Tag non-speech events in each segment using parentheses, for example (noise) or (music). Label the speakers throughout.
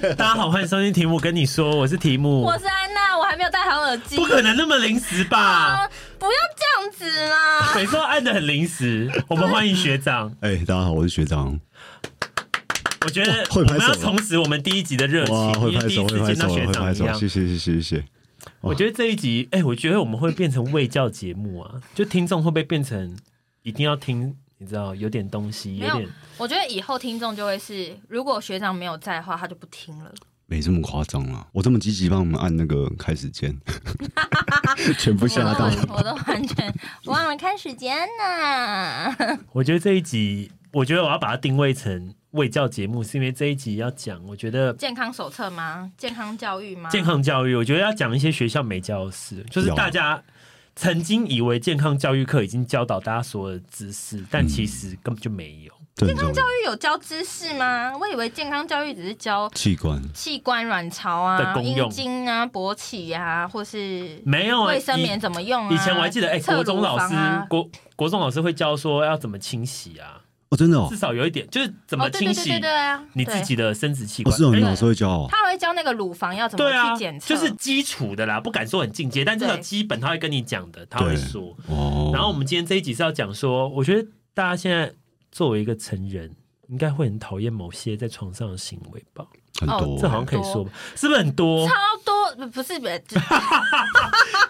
Speaker 1: 大家好，欢迎收听题目。跟你说，我是题目
Speaker 2: 我，是安娜，我还没有戴好耳机。
Speaker 1: 不可能那么临时吧
Speaker 2: 啊！！不要这样子啦！
Speaker 1: 每次都按的很临时。我们欢迎学长，
Speaker 3: 哎、大家好，我是
Speaker 1: (laughs)
Speaker 3: 学长。
Speaker 1: 我觉得我
Speaker 3: 会拍手啊
Speaker 1: 们要重拾我们第一集的热情
Speaker 3: 哇，，会
Speaker 1: 因为
Speaker 3: 拍
Speaker 1: 第一
Speaker 3: 手，
Speaker 1: 次
Speaker 3: 会拍
Speaker 1: 见
Speaker 3: 手，
Speaker 1: 到学
Speaker 3: 会
Speaker 1: 长
Speaker 3: 拍
Speaker 1: 一
Speaker 3: 手，
Speaker 1: 样
Speaker 3: 谢。谢，谢谢，谢谢。
Speaker 1: 我觉得这一集，哎、我觉得我们会变成卫教节目啊，就听众会不会变成一定要听？你知道，有点东西，
Speaker 2: 没
Speaker 1: 有
Speaker 2: 有
Speaker 1: 点，
Speaker 2: 我觉得以后听众就会是，如果学长没有在的话，他就不听了。
Speaker 3: 没这么夸张啦，我这么积极帮我们按那个开始键， (laughs) 全部
Speaker 2: 我
Speaker 3: 吓
Speaker 2: 都
Speaker 3: 到。
Speaker 2: 完我都完全忘了看时间呢。
Speaker 1: 我觉得这一集，我觉得我要把它定位成卫教节目，是因为这一集要讲，我觉得
Speaker 2: 健康手册吗？健康教育吗？
Speaker 1: 健康教育，我觉得要讲一些学校没教的事，就是
Speaker 3: 有
Speaker 1: 大家曾经以为健康教育课已经教导大家所有的知识，但其实根本就没有。
Speaker 3: 健康
Speaker 2: 教
Speaker 3: 教
Speaker 2: 育有教知识吗？我以为健康教育只是教
Speaker 3: 器官，
Speaker 2: 器官、卵巢
Speaker 1: 的
Speaker 2: 啊、
Speaker 1: 功用
Speaker 2: 阴茎啊、勃起啊，或是
Speaker 1: 没有啊
Speaker 2: 卫生
Speaker 1: 以
Speaker 2: 棉怎么用啊？
Speaker 1: 以前我还记得，哎、
Speaker 2: 侧
Speaker 1: 国中
Speaker 2: 乳
Speaker 1: 老
Speaker 2: 房
Speaker 1: 师，
Speaker 2: 啊
Speaker 1: 国国中老师会教说要怎么清洗啊，
Speaker 3: 哦，真的哦
Speaker 1: 至，少有一点，就是怎么
Speaker 2: 哦，对
Speaker 1: 清
Speaker 2: 对对
Speaker 1: 洗
Speaker 2: 对对啊，
Speaker 1: 你自
Speaker 2: 对
Speaker 1: 己的生殖器
Speaker 3: 哦，
Speaker 1: 官。
Speaker 3: 是哦，
Speaker 1: 哎
Speaker 3: 你老师会教哦。
Speaker 2: 他还会教那个乳房要怎
Speaker 1: 对
Speaker 2: 么
Speaker 1: 啊
Speaker 2: 去检，测，
Speaker 1: 就是基础的啦，不敢说很进阶，但这个
Speaker 2: 对
Speaker 1: 基本他会跟你讲的，他会
Speaker 3: 对
Speaker 1: 说。
Speaker 3: 哦，
Speaker 1: 然后我们今天这一集是要讲说，我觉得大家现在作为一个成人，应该会很讨厌某些在床上的行为吧？
Speaker 3: 很
Speaker 2: 哦
Speaker 3: 多，
Speaker 1: 这好像可以说吧？是不是很多？
Speaker 2: 超多，不不是不 (laughs) 是，就是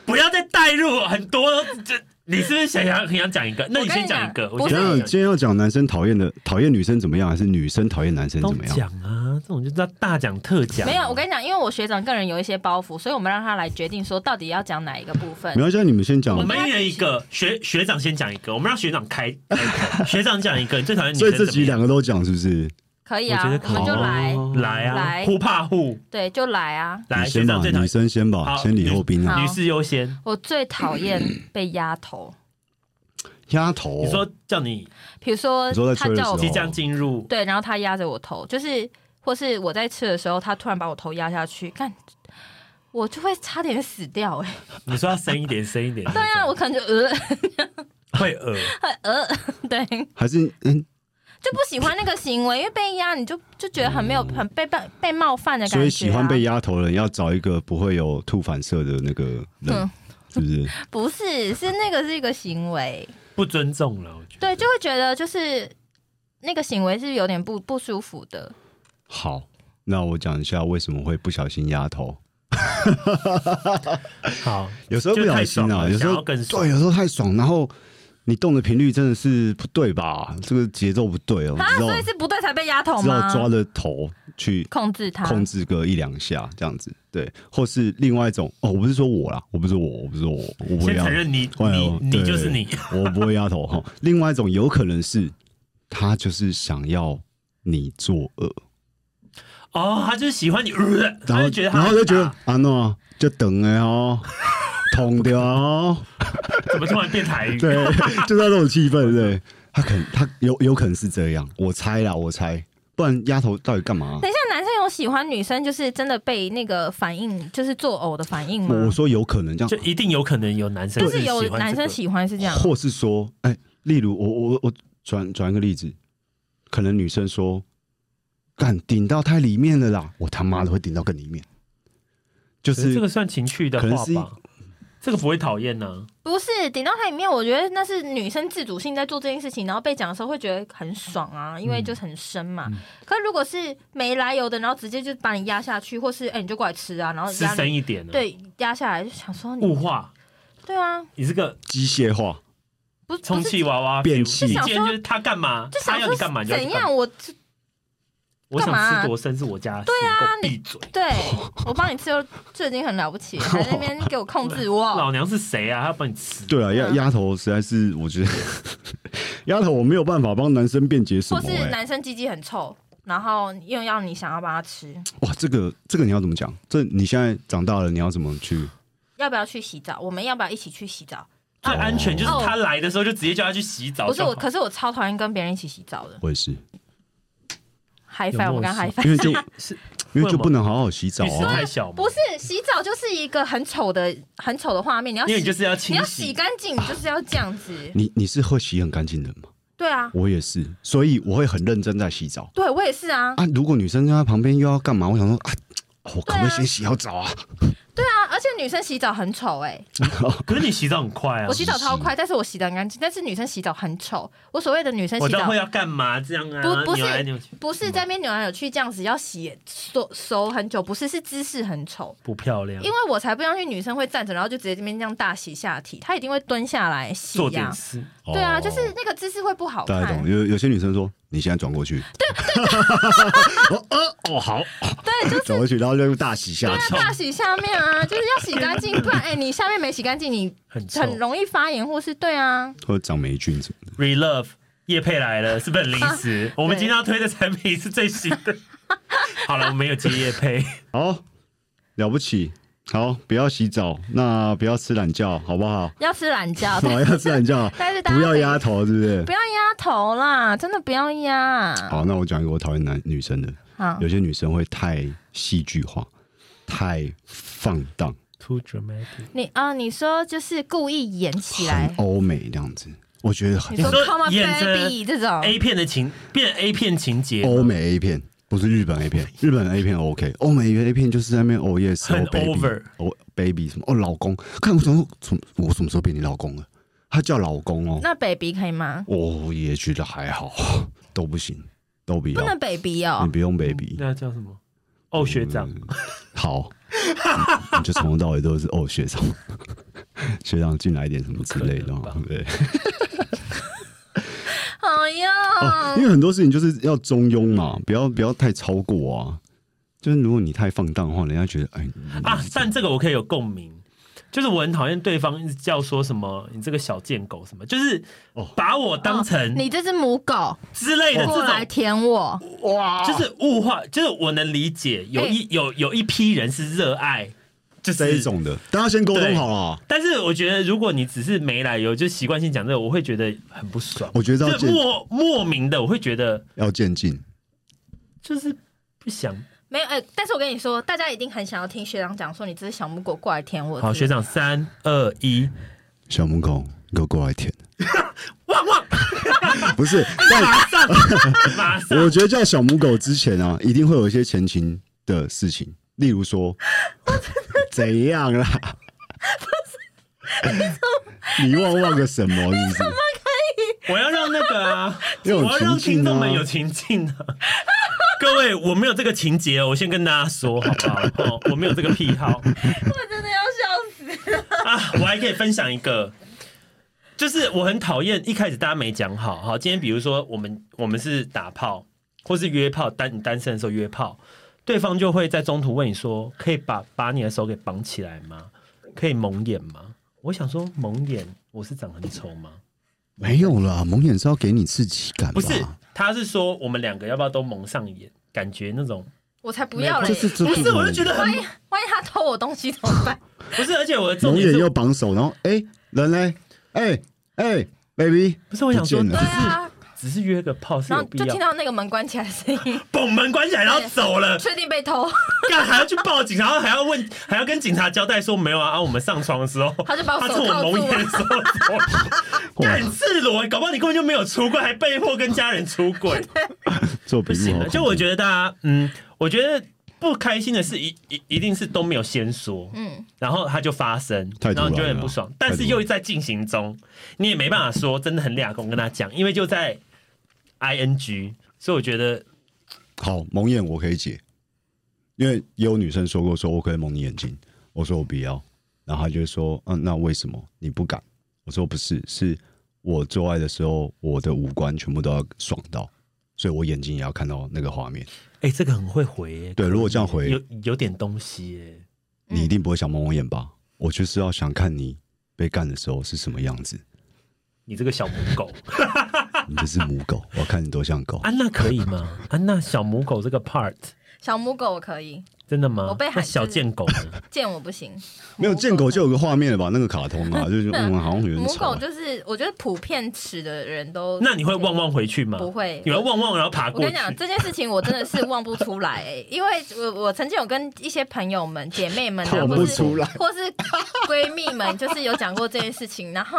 Speaker 1: 不要再带入很多，这你是不是想想很想讲一个？那你先讲一个，
Speaker 2: 我
Speaker 1: 我
Speaker 2: 跟你
Speaker 1: 先
Speaker 3: 等
Speaker 2: 讲
Speaker 1: 讲
Speaker 3: 一下
Speaker 1: 一
Speaker 3: 今天要讲男生讨厌的，讨厌女生怎么样，还是女生讨厌男生
Speaker 1: 个。都
Speaker 3: 怎么样？
Speaker 1: 讲啊，这种就叫大讲特讲。
Speaker 2: 没有。我跟你讲，因为我学长个人有一些包袱，所以我们让他来决定说到底要讲哪一个部分
Speaker 3: 没。关系，你们先讲
Speaker 1: 我。们一人一个，学学长先讲一个，我们让学长
Speaker 3: (laughs)
Speaker 1: 开，开口学长讲一个，你最讨厌女
Speaker 3: 所
Speaker 1: 生
Speaker 3: 以这
Speaker 1: 怎
Speaker 3: 集
Speaker 1: 么样？
Speaker 3: 两个都讲，是不是？
Speaker 2: 可以啊，
Speaker 1: 我觉得
Speaker 2: 我
Speaker 1: 可以
Speaker 2: 们就来，
Speaker 1: 来啊，
Speaker 2: 来
Speaker 1: 互怕互
Speaker 2: 对，就来啊。
Speaker 1: 来，
Speaker 3: 女
Speaker 1: 学
Speaker 3: 生
Speaker 1: 长
Speaker 3: 吧，
Speaker 1: 最讨
Speaker 3: 女
Speaker 1: 厌
Speaker 3: 生先吧，
Speaker 1: 好
Speaker 3: 先礼后兵啊。
Speaker 2: 好
Speaker 1: 女士优先。
Speaker 2: 我最讨
Speaker 3: (coughs)
Speaker 2: 厌被压头，
Speaker 3: 丫头，
Speaker 1: 你说叫你
Speaker 2: 比如说
Speaker 3: 你说在
Speaker 2: 他
Speaker 3: 吹的
Speaker 2: 叫我
Speaker 3: 时
Speaker 1: 即将进入
Speaker 2: 哦对，然后他压着我头，就是或是我在吃的时候，他突然把我头压下去，看我就会差点死掉
Speaker 3: (laughs)
Speaker 2: 哎、
Speaker 1: 你说要深一点，深一点。对
Speaker 2: 对啊，我可能就呃 (laughs)
Speaker 1: 会恶。
Speaker 2: 呃，对。
Speaker 3: 还是嗯，
Speaker 2: 就不喜欢那个行为，因为被压你就就觉得很没有很被被被冒犯的感觉、啊。
Speaker 3: 嗯所以喜欢被压头的人要找一个不会有吐反射的那个人
Speaker 2: 嗯，
Speaker 3: 是不
Speaker 1: (laughs)
Speaker 3: 是？
Speaker 2: 不 (laughs) 是是那个是一个行为，
Speaker 1: 不尊重了，我觉得。
Speaker 2: 对，就会觉得就是那个行为是有点不不舒服的。
Speaker 3: 好，那我讲一下为什么会不小心压头。
Speaker 1: 好，
Speaker 3: 有时候不小心
Speaker 1: 就太爽
Speaker 3: 啊，
Speaker 1: 了
Speaker 3: 有时
Speaker 1: 想
Speaker 3: 候
Speaker 1: 要更爽
Speaker 3: 对，有时候太爽，然后你动的频率真的是不对吧？这个节奏不对哦，
Speaker 2: 啊，
Speaker 3: 只
Speaker 2: 所以
Speaker 3: 要
Speaker 2: 是不对才被压头
Speaker 3: 只要
Speaker 2: 吗？
Speaker 3: 抓着头去
Speaker 2: 控制他，
Speaker 3: 控制个一两下这样子，对，或是另外一种哦，我不是说我啦，我不是我，我不是我，我不会
Speaker 1: 先
Speaker 3: 压
Speaker 1: 承，认你
Speaker 3: 哎
Speaker 1: 你
Speaker 3: 呦
Speaker 1: 你就是你，，
Speaker 3: 对我不会压头哈。另外一种有可能是他就是想要你作恶，
Speaker 1: 哦，他就是喜欢你，呃
Speaker 3: 然
Speaker 1: 他
Speaker 3: 后
Speaker 1: 就觉得他
Speaker 3: 然后就觉得
Speaker 1: 很
Speaker 3: 啊诺就等了
Speaker 1: (laughs)
Speaker 3: 哦，捅掉哦，
Speaker 1: 大怎么突然变台语？
Speaker 3: 对，就是那种气氛，对。他可能他有有可能是这样，我猜啦，我猜，不然丫头到底干嘛？
Speaker 2: 等一下，男生有喜欢女生，就是真的被那个反应，就是作呕的反应吗？
Speaker 3: 我说有可能这
Speaker 1: 就
Speaker 3: 样，
Speaker 1: 一定有可能有男生
Speaker 2: 就是是有
Speaker 1: 喜欢
Speaker 2: 男
Speaker 1: 这
Speaker 2: 生
Speaker 1: 个
Speaker 2: 喜欢是这样，
Speaker 3: 或是说，哎、例如我我我转转一个例子，可能女生说，干顶到太里面了啦，我他妈的会顶到更里面，就
Speaker 1: 可是这
Speaker 3: 是
Speaker 1: 个算情趣的
Speaker 3: 可能
Speaker 1: 话
Speaker 3: 是一
Speaker 1: 吧？这个不会讨厌啊呢？
Speaker 2: 不是顶到他里面，我觉得那是女生自主性在做这件事情，然后被讲的时候会觉得很爽
Speaker 1: 嗯
Speaker 2: 啊，因为就是很深嘛。可如果是没来由的，然后直接就把你压下去，或是哎、你就过来吃啊，然后
Speaker 1: 是
Speaker 2: 压
Speaker 1: 深
Speaker 2: 你
Speaker 1: 一点呢？，
Speaker 2: 对压下来就想说你
Speaker 1: 物化，
Speaker 2: 对啊，
Speaker 1: 你这个
Speaker 3: 机械化，
Speaker 2: 嗯不不
Speaker 1: 充
Speaker 2: 是
Speaker 1: 气娃娃
Speaker 3: 变
Speaker 1: feel
Speaker 3: 器
Speaker 1: 你今
Speaker 2: 就想
Speaker 1: 天
Speaker 2: 说
Speaker 1: 就是他干嘛？
Speaker 2: 就
Speaker 1: 他
Speaker 2: 想
Speaker 1: 要
Speaker 2: 说
Speaker 1: 你干嘛？你就要去
Speaker 2: 怎
Speaker 1: 干嘛
Speaker 2: 样？我吃
Speaker 1: 我想
Speaker 2: 干嘛
Speaker 1: 吃多深是我家对啊，闭嘴！
Speaker 2: 对我帮你吃就就已经很了不起了，还在那边给我控
Speaker 1: (laughs)
Speaker 2: 制我。
Speaker 1: 老娘是谁啊？他要帮你吃？
Speaker 3: 对啊，丫
Speaker 2: 嗯
Speaker 3: 丫头实在是，我觉得 (laughs) 丫头我没有办法帮男生辩解什
Speaker 2: 或
Speaker 3: 么、
Speaker 2: 是
Speaker 3: 哎，
Speaker 2: 男生鸡鸡很臭，然后又要你想要帮他吃，
Speaker 3: 哇，这个这个你要怎么讲？这你现在长大了，你要怎么去？
Speaker 2: 要不要去洗澡？我们要不要一起去洗澡？
Speaker 1: 最安全就是
Speaker 2: 哦
Speaker 1: 他来的时候就直接叫他去洗澡
Speaker 2: 不
Speaker 1: 就是好。
Speaker 2: 我，可是我超讨厌跟别人一起洗澡的。
Speaker 3: 我
Speaker 2: (laughs)
Speaker 3: 也是，
Speaker 2: 嗨
Speaker 1: 有
Speaker 2: 翻，我
Speaker 1: 没有
Speaker 2: 刚
Speaker 1: 洗
Speaker 2: 嗨翻。
Speaker 3: 因为就
Speaker 1: 是
Speaker 3: 因为就不能好好洗澡
Speaker 1: 浴室
Speaker 3: 啊。
Speaker 1: 太小吗？
Speaker 2: 不是洗澡就是一个很丑的、很丑的画面，你要
Speaker 1: 因为你就
Speaker 2: 啊洗，
Speaker 1: 是要
Speaker 2: 你
Speaker 1: 清
Speaker 2: 要洗
Speaker 1: 洗，
Speaker 2: 干净，你就是要这样子。
Speaker 3: 你你是会洗很干净的人吗？
Speaker 2: 对啊，
Speaker 3: 我也是，所以我会很认真在洗澡
Speaker 2: 对我也是啊，
Speaker 3: 啊。如果女生在旁边又要干嘛，我想说啊，我可不可
Speaker 2: 对
Speaker 3: 以
Speaker 2: 啊
Speaker 3: 先洗好澡啊？
Speaker 2: 对啊，而且女生洗澡很丑哎、
Speaker 1: 可是你洗澡很快啊
Speaker 2: 我，洗澡超快，但是我洗的很干净，但是女生洗澡很丑。我所谓的女生
Speaker 1: 我
Speaker 2: 洗
Speaker 1: 知道
Speaker 2: 澡
Speaker 1: 会。要干嘛这样啊，
Speaker 2: 不不是
Speaker 1: 扭来扭去，
Speaker 2: 不是在那边扭来扭去这样子，要洗手手很久，不是是姿势很丑，
Speaker 1: 不漂亮
Speaker 2: 因，为我才不相信女生会站着，然后就直接这边这样大洗下体，她一定会蹲下来洗
Speaker 1: 做
Speaker 2: 呀、
Speaker 1: 点事。
Speaker 2: 对啊，
Speaker 3: 哦
Speaker 2: 就是那个姿势会不好
Speaker 3: 大家
Speaker 2: 看
Speaker 3: 懂。。有有些女生说，你现在转过去，对对，呃 (laughs) 哦好，对，转过去，然后就大洗下去。
Speaker 2: 大洗下面啊，就是要洗干净，不然哎、你下面没洗干净，你
Speaker 1: 很臭
Speaker 2: 很容易发炎或是对啊。
Speaker 3: 或者长霉菌什么的。
Speaker 1: Relove 叶配来了，是不是很临
Speaker 2: (laughs)
Speaker 1: 时？我们今天要推的产品是最新的。好了，我没有接叶配，
Speaker 3: 好，了不起，好，不要洗澡，那不要吃懒觉，好不 (laughs) 好？
Speaker 2: 要吃懒觉，
Speaker 3: 好，要吃懒觉，
Speaker 2: 但是大家
Speaker 3: 不要压头，是不是
Speaker 2: 不？要压头啦，真的不要压。啊
Speaker 3: 好，那我讲一个我讨厌男女生的，
Speaker 2: 好
Speaker 3: 有些女生会太戏剧化，太放荡，
Speaker 1: ，Too dramatic。
Speaker 2: 你啊、你说就是故意演起
Speaker 3: 很
Speaker 2: 来，
Speaker 3: 欧美这样子，我觉得很
Speaker 2: 你说
Speaker 1: 你说
Speaker 2: “come on
Speaker 1: 演着哎
Speaker 2: baby” 这种，
Speaker 1: A 片的情变 A 片情节，
Speaker 3: 欧美 A 片。不是日本 A 片，日本 A 片 OK，欧美 A 片就是在那边哦 yes，
Speaker 1: 很
Speaker 3: 哦 baby，
Speaker 1: over
Speaker 3: 哦 baby 什么哦老公，看我什么什么我什么时候变你老公了？他叫老公哦，
Speaker 2: 那 baby 可以吗？
Speaker 3: 我哦也觉得还好， (laughs) 都不行，都不要，
Speaker 2: 不能 baby
Speaker 3: 你
Speaker 1: 嗯
Speaker 2: 哦，
Speaker 3: 不用 baby，
Speaker 1: 那叫什么？哦，学长，
Speaker 3: 好， (laughs) 你就从头到尾都是哦，学长， (laughs) 学长进来一点什么之类的
Speaker 1: 不可
Speaker 3: 哦，
Speaker 1: 能
Speaker 3: 对，
Speaker 2: 哎呀，
Speaker 1: 哦
Speaker 3: 因为很多事情就是要中庸嘛，不要不要太超过啊。就是如果你太放荡的话，人家觉得哎你
Speaker 1: 啊，但这个我可以有共鸣，就是我很讨厌对方一直叫说什么“你这个小贱狗”什么，就是
Speaker 3: 哦
Speaker 1: 把我当成
Speaker 2: 你这只母狗
Speaker 1: 之类哎的这
Speaker 2: 过来哦
Speaker 1: 种，
Speaker 2: 舔我，
Speaker 3: 哇，
Speaker 1: 就是物化，就是我能理解，有
Speaker 2: 哎
Speaker 1: 一有有一批人是热爱，就是
Speaker 3: 这一。种的，大家先沟通好啊了。
Speaker 1: 但是我觉得，如果你只是没来由就习惯性讲这个，我会觉得很不爽。
Speaker 3: 我觉得要
Speaker 1: 就
Speaker 3: 渐
Speaker 1: 莫莫名的，我会觉得
Speaker 3: 要渐进，
Speaker 1: 就是不想。
Speaker 2: 没有哎、但是我跟你说，大家一定很想要听学长讲说你这只小母狗过来舔我。
Speaker 1: 好，学长，三二一，
Speaker 3: 小母狗，你给我过来舔。
Speaker 1: 汪汪，
Speaker 3: 不是，但
Speaker 1: 马上 (laughs) 马上，
Speaker 3: 我觉得叫小母狗之前啊，一定会有一些前情的事情，例如说 (laughs) 怎样啦， (laughs) 你忘忘个什么？是不是？
Speaker 1: 我要让那个啊，
Speaker 3: 要 (laughs) 有
Speaker 1: 我要让
Speaker 3: 情境
Speaker 1: 听众们
Speaker 3: 啊
Speaker 1: 有情境啊。 (laughs) 各位，我没有这个情节哦，我先跟大家说好不好？哦，我没有这个癖好
Speaker 2: 我真的要笑死。
Speaker 1: 啊，我还可以分享一个，就是我很讨厌一开始大家没讲好。好，今天比如说我们我们是打炮，或是约炮，单你单身的时候约炮，对方就会在中途问你说，可以把把你的手给绑起来吗？可以蒙眼吗？我想说蒙眼，我是长很丑吗？
Speaker 3: 没有啦，蒙眼是要给你刺激感吧？
Speaker 1: 不是，他是说我们两个要不要都蒙上眼？感觉那种
Speaker 2: 我才不要嘞！
Speaker 3: 就是这
Speaker 1: 不是，我就觉得很
Speaker 2: 万一万一他偷我东西怎么办？
Speaker 1: 不是，而且我的重
Speaker 3: 蒙
Speaker 1: 点
Speaker 3: 眼
Speaker 1: 是
Speaker 3: 又绑手，然后哎、人嘞，哎、哎、b a b y
Speaker 1: 不是我想说，
Speaker 3: 不
Speaker 1: 只
Speaker 3: 见
Speaker 2: 对
Speaker 3: 了
Speaker 1: 是
Speaker 2: 啊，
Speaker 1: 只是约个炮是
Speaker 2: 然
Speaker 1: 有
Speaker 2: 后
Speaker 1: 必
Speaker 2: 就
Speaker 1: 要
Speaker 2: 听，到那哎个门关起来的声
Speaker 1: (laughs)
Speaker 2: 音，
Speaker 1: 嘣门关起来然后走了， (laughs)
Speaker 2: 确定被偷，
Speaker 1: 干还要去报警，然后还要问，还要跟警察交代说没有啊，啊我们上床的时候，
Speaker 2: 他就把我
Speaker 1: 他趁
Speaker 2: 手
Speaker 1: 我
Speaker 2: 铐住
Speaker 1: 蒙眼的
Speaker 2: 了。
Speaker 1: 时候 (laughs) 走了，干赤裸，搞不好你根本就没有出柜，还被迫跟家人出柜，
Speaker 3: 做
Speaker 1: 不
Speaker 3: 屏幕
Speaker 1: 行
Speaker 3: 好
Speaker 1: 了。
Speaker 3: 恐
Speaker 1: 就我
Speaker 3: 怖
Speaker 1: 觉得大家，嗯，我觉得不开心的事一一一定是都没有先说，
Speaker 2: 嗯，
Speaker 1: 然后它就发生，
Speaker 3: 太突
Speaker 1: 然后
Speaker 3: 然了
Speaker 1: 你就很不爽，
Speaker 3: 太突然
Speaker 1: 但
Speaker 3: 了
Speaker 1: 是又在进行中，你也没办法说真的很俩公跟他讲，因为就在 I N G，所以我觉得
Speaker 3: 好蒙眼我可以解，因为也有女生说过说我可以蒙你眼睛，我说我不要，然后她就会说嗯、那为什么你不敢？我说不是，是我做爱的时候我的五官全部都要爽到，所以我眼睛也要看到那个画面。
Speaker 1: 哎、这个很会回、耶
Speaker 3: 对，如果这样回，
Speaker 1: 有有点东西、耶
Speaker 3: 你一定不会想蒙我眼吧？我就是要想看你被干的时候是什么样子，
Speaker 1: 你这个小母 (laughs) 狗，
Speaker 3: 你就是母狗，
Speaker 2: 啊
Speaker 3: 我要看你多像狗。
Speaker 1: (laughs) 安娜可以吗？安娜小母狗这个 part，
Speaker 2: 小母狗我可以，
Speaker 1: 真的吗？
Speaker 2: 我被喊
Speaker 1: 那小贱狗
Speaker 2: (laughs)
Speaker 1: 呢，
Speaker 2: 见我不行，
Speaker 3: 没有
Speaker 2: 母狗
Speaker 3: 见狗就有个画面了吧？那个卡通啊，
Speaker 2: (laughs)
Speaker 3: 就是嗯，好像有点
Speaker 2: 母狗
Speaker 3: 吵啊。
Speaker 2: 就是，我觉得普遍齿的人都
Speaker 1: 那你会旺旺回去吗？
Speaker 2: 不会
Speaker 1: 你会旺旺然后爬
Speaker 2: 我
Speaker 1: 过
Speaker 2: 跟
Speaker 1: 去
Speaker 2: 你？讲，这件事情我真的是望不出来、欸，因为我我曾经有跟一些朋友们、姐妹们、啊，
Speaker 3: 望
Speaker 2: 或
Speaker 3: 不
Speaker 2: 是
Speaker 3: 出来
Speaker 2: 或是闺蜜们，就是有讲过这件事情，然后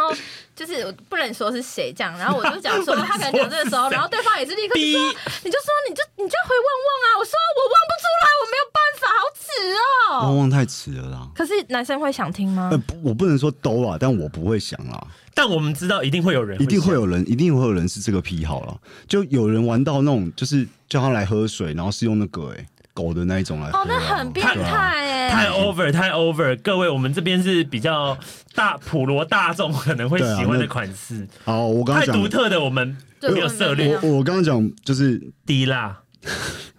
Speaker 2: 就是我不能说是谁这样，然后我就讲说他可能讲这个时候，然后对方也是立刻就
Speaker 1: 逼
Speaker 2: 说，你就说你就你就回旺旺啊，我说我望不出来，我没有办法，好耻哦、
Speaker 3: 汪汪太迟了啦。
Speaker 2: 可是男生会想听吗
Speaker 3: 呃，？不我不能说都啊，但我不会想啦，
Speaker 1: 但我们知道一定会有人，
Speaker 3: 一定会。有人，一定会有人是这个癖好啦。就有人玩到那种，就是叫他来喝水，然后是用那个哎、狗的那一种来喝啊、
Speaker 2: 哦，那很变
Speaker 3: 对啊
Speaker 2: 态哎、
Speaker 1: 太 over 太 over，各位，我们这边是比较大普罗大众可能会
Speaker 3: 对啊
Speaker 1: 喜欢的
Speaker 3: 那
Speaker 1: 款式，
Speaker 3: 好，我刚刚
Speaker 1: 太
Speaker 3: 讲
Speaker 1: 独，特的我们
Speaker 2: 对
Speaker 1: 没有
Speaker 2: 我们
Speaker 1: 涉
Speaker 2: 没
Speaker 1: 猎
Speaker 2: 有。
Speaker 3: 我我刚刚讲就是
Speaker 1: 滴啦，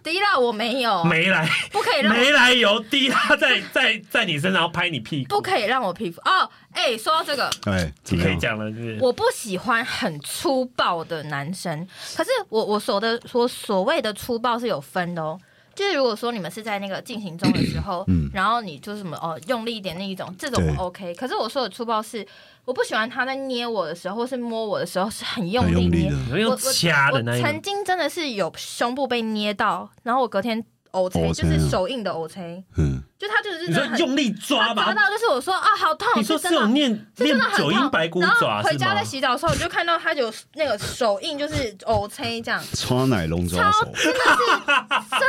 Speaker 2: 迪拉我没有，
Speaker 1: 没来
Speaker 2: 不可以哦让我
Speaker 1: 没来由滴啦在在在你身上拍你屁股，
Speaker 2: 不可以让我皮肤哦。哎、说到这个，
Speaker 3: 哎，怎
Speaker 1: 你
Speaker 3: 么
Speaker 1: 可以
Speaker 3: 样？
Speaker 1: 讲了，是不是？
Speaker 2: 我不喜欢很粗暴的男生，可是我我所的所所谓的粗暴是有分的哦。就是如果说你们是在那个进行中的时候，
Speaker 1: 嗯
Speaker 2: 然后你就是什么哦用力一点那一种，这种
Speaker 3: 对
Speaker 2: 我 OK。可是我说的粗暴是，我不喜欢他在捏我的时候，或是摸我的时候是很用
Speaker 3: 很
Speaker 2: 力
Speaker 3: 用力
Speaker 2: 捏。
Speaker 3: 的，
Speaker 1: 你会
Speaker 2: 我
Speaker 1: 用
Speaker 2: 我
Speaker 1: 掐的那一
Speaker 2: 我曾
Speaker 1: 种，
Speaker 2: 经真的是有胸部被捏到，然后我隔天 O C
Speaker 1: 哦
Speaker 3: 呕
Speaker 2: 就
Speaker 3: 车
Speaker 2: 是
Speaker 3: 啊
Speaker 2: 手印的 O C，
Speaker 3: 嗯，
Speaker 2: 就他就是
Speaker 1: 你
Speaker 2: 真
Speaker 1: 说
Speaker 2: 的很
Speaker 1: 用力抓
Speaker 2: 他抓
Speaker 1: 吧。
Speaker 2: 到，就是我说啊好痛，
Speaker 1: 你说
Speaker 2: 是
Speaker 1: 是
Speaker 2: 真的
Speaker 1: 有念
Speaker 2: 真
Speaker 1: 念
Speaker 2: 的很
Speaker 1: 九
Speaker 2: 痛
Speaker 1: 阴白骨
Speaker 2: 然后
Speaker 1: 爪
Speaker 2: 回
Speaker 1: 是
Speaker 2: 家在
Speaker 1: 吗？
Speaker 2: 洗澡的时候，你就看到他有那个手印，就是呕吹这样，哦
Speaker 3: 抓奶龙抓手，
Speaker 1: (laughs)
Speaker 2: 真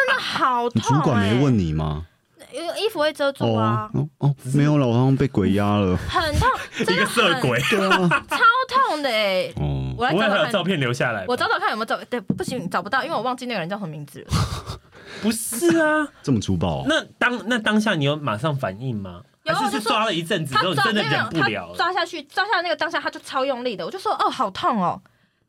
Speaker 2: 的好
Speaker 3: 你
Speaker 2: 痛、
Speaker 3: 主管没问
Speaker 2: 你，
Speaker 3: 你吗？
Speaker 2: 因为衣服会遮住啊
Speaker 3: 哦，哦哦，没有了，我好像被鬼压了。
Speaker 2: 很痛，
Speaker 1: (laughs) 一
Speaker 2: 真的
Speaker 1: 个色
Speaker 2: 很
Speaker 1: 鬼，
Speaker 3: 对啊，
Speaker 2: 超痛的哎、
Speaker 3: 哦，
Speaker 2: 我来
Speaker 1: 不会
Speaker 2: 找
Speaker 1: 还
Speaker 2: 找
Speaker 1: 有照
Speaker 2: 看。
Speaker 1: 片留下来吧？
Speaker 2: 我找找看有没有找，对，不行，找不到，因为我忘记那个人叫什么名字了。
Speaker 1: 不是啊，
Speaker 3: 这么粗暴哦、
Speaker 1: 那当那当下你有马上反应吗？
Speaker 2: 有
Speaker 1: 还是
Speaker 2: 我
Speaker 1: 是
Speaker 2: 就说
Speaker 1: 抓了一阵子
Speaker 2: 他
Speaker 1: 之后，你
Speaker 2: 抓
Speaker 1: 真的
Speaker 2: 那
Speaker 1: 忍
Speaker 2: 个，
Speaker 1: 不了
Speaker 2: 他
Speaker 1: 了？
Speaker 2: 抓下去，抓下那个当下，他就超用力的，我就说哦，好痛哦。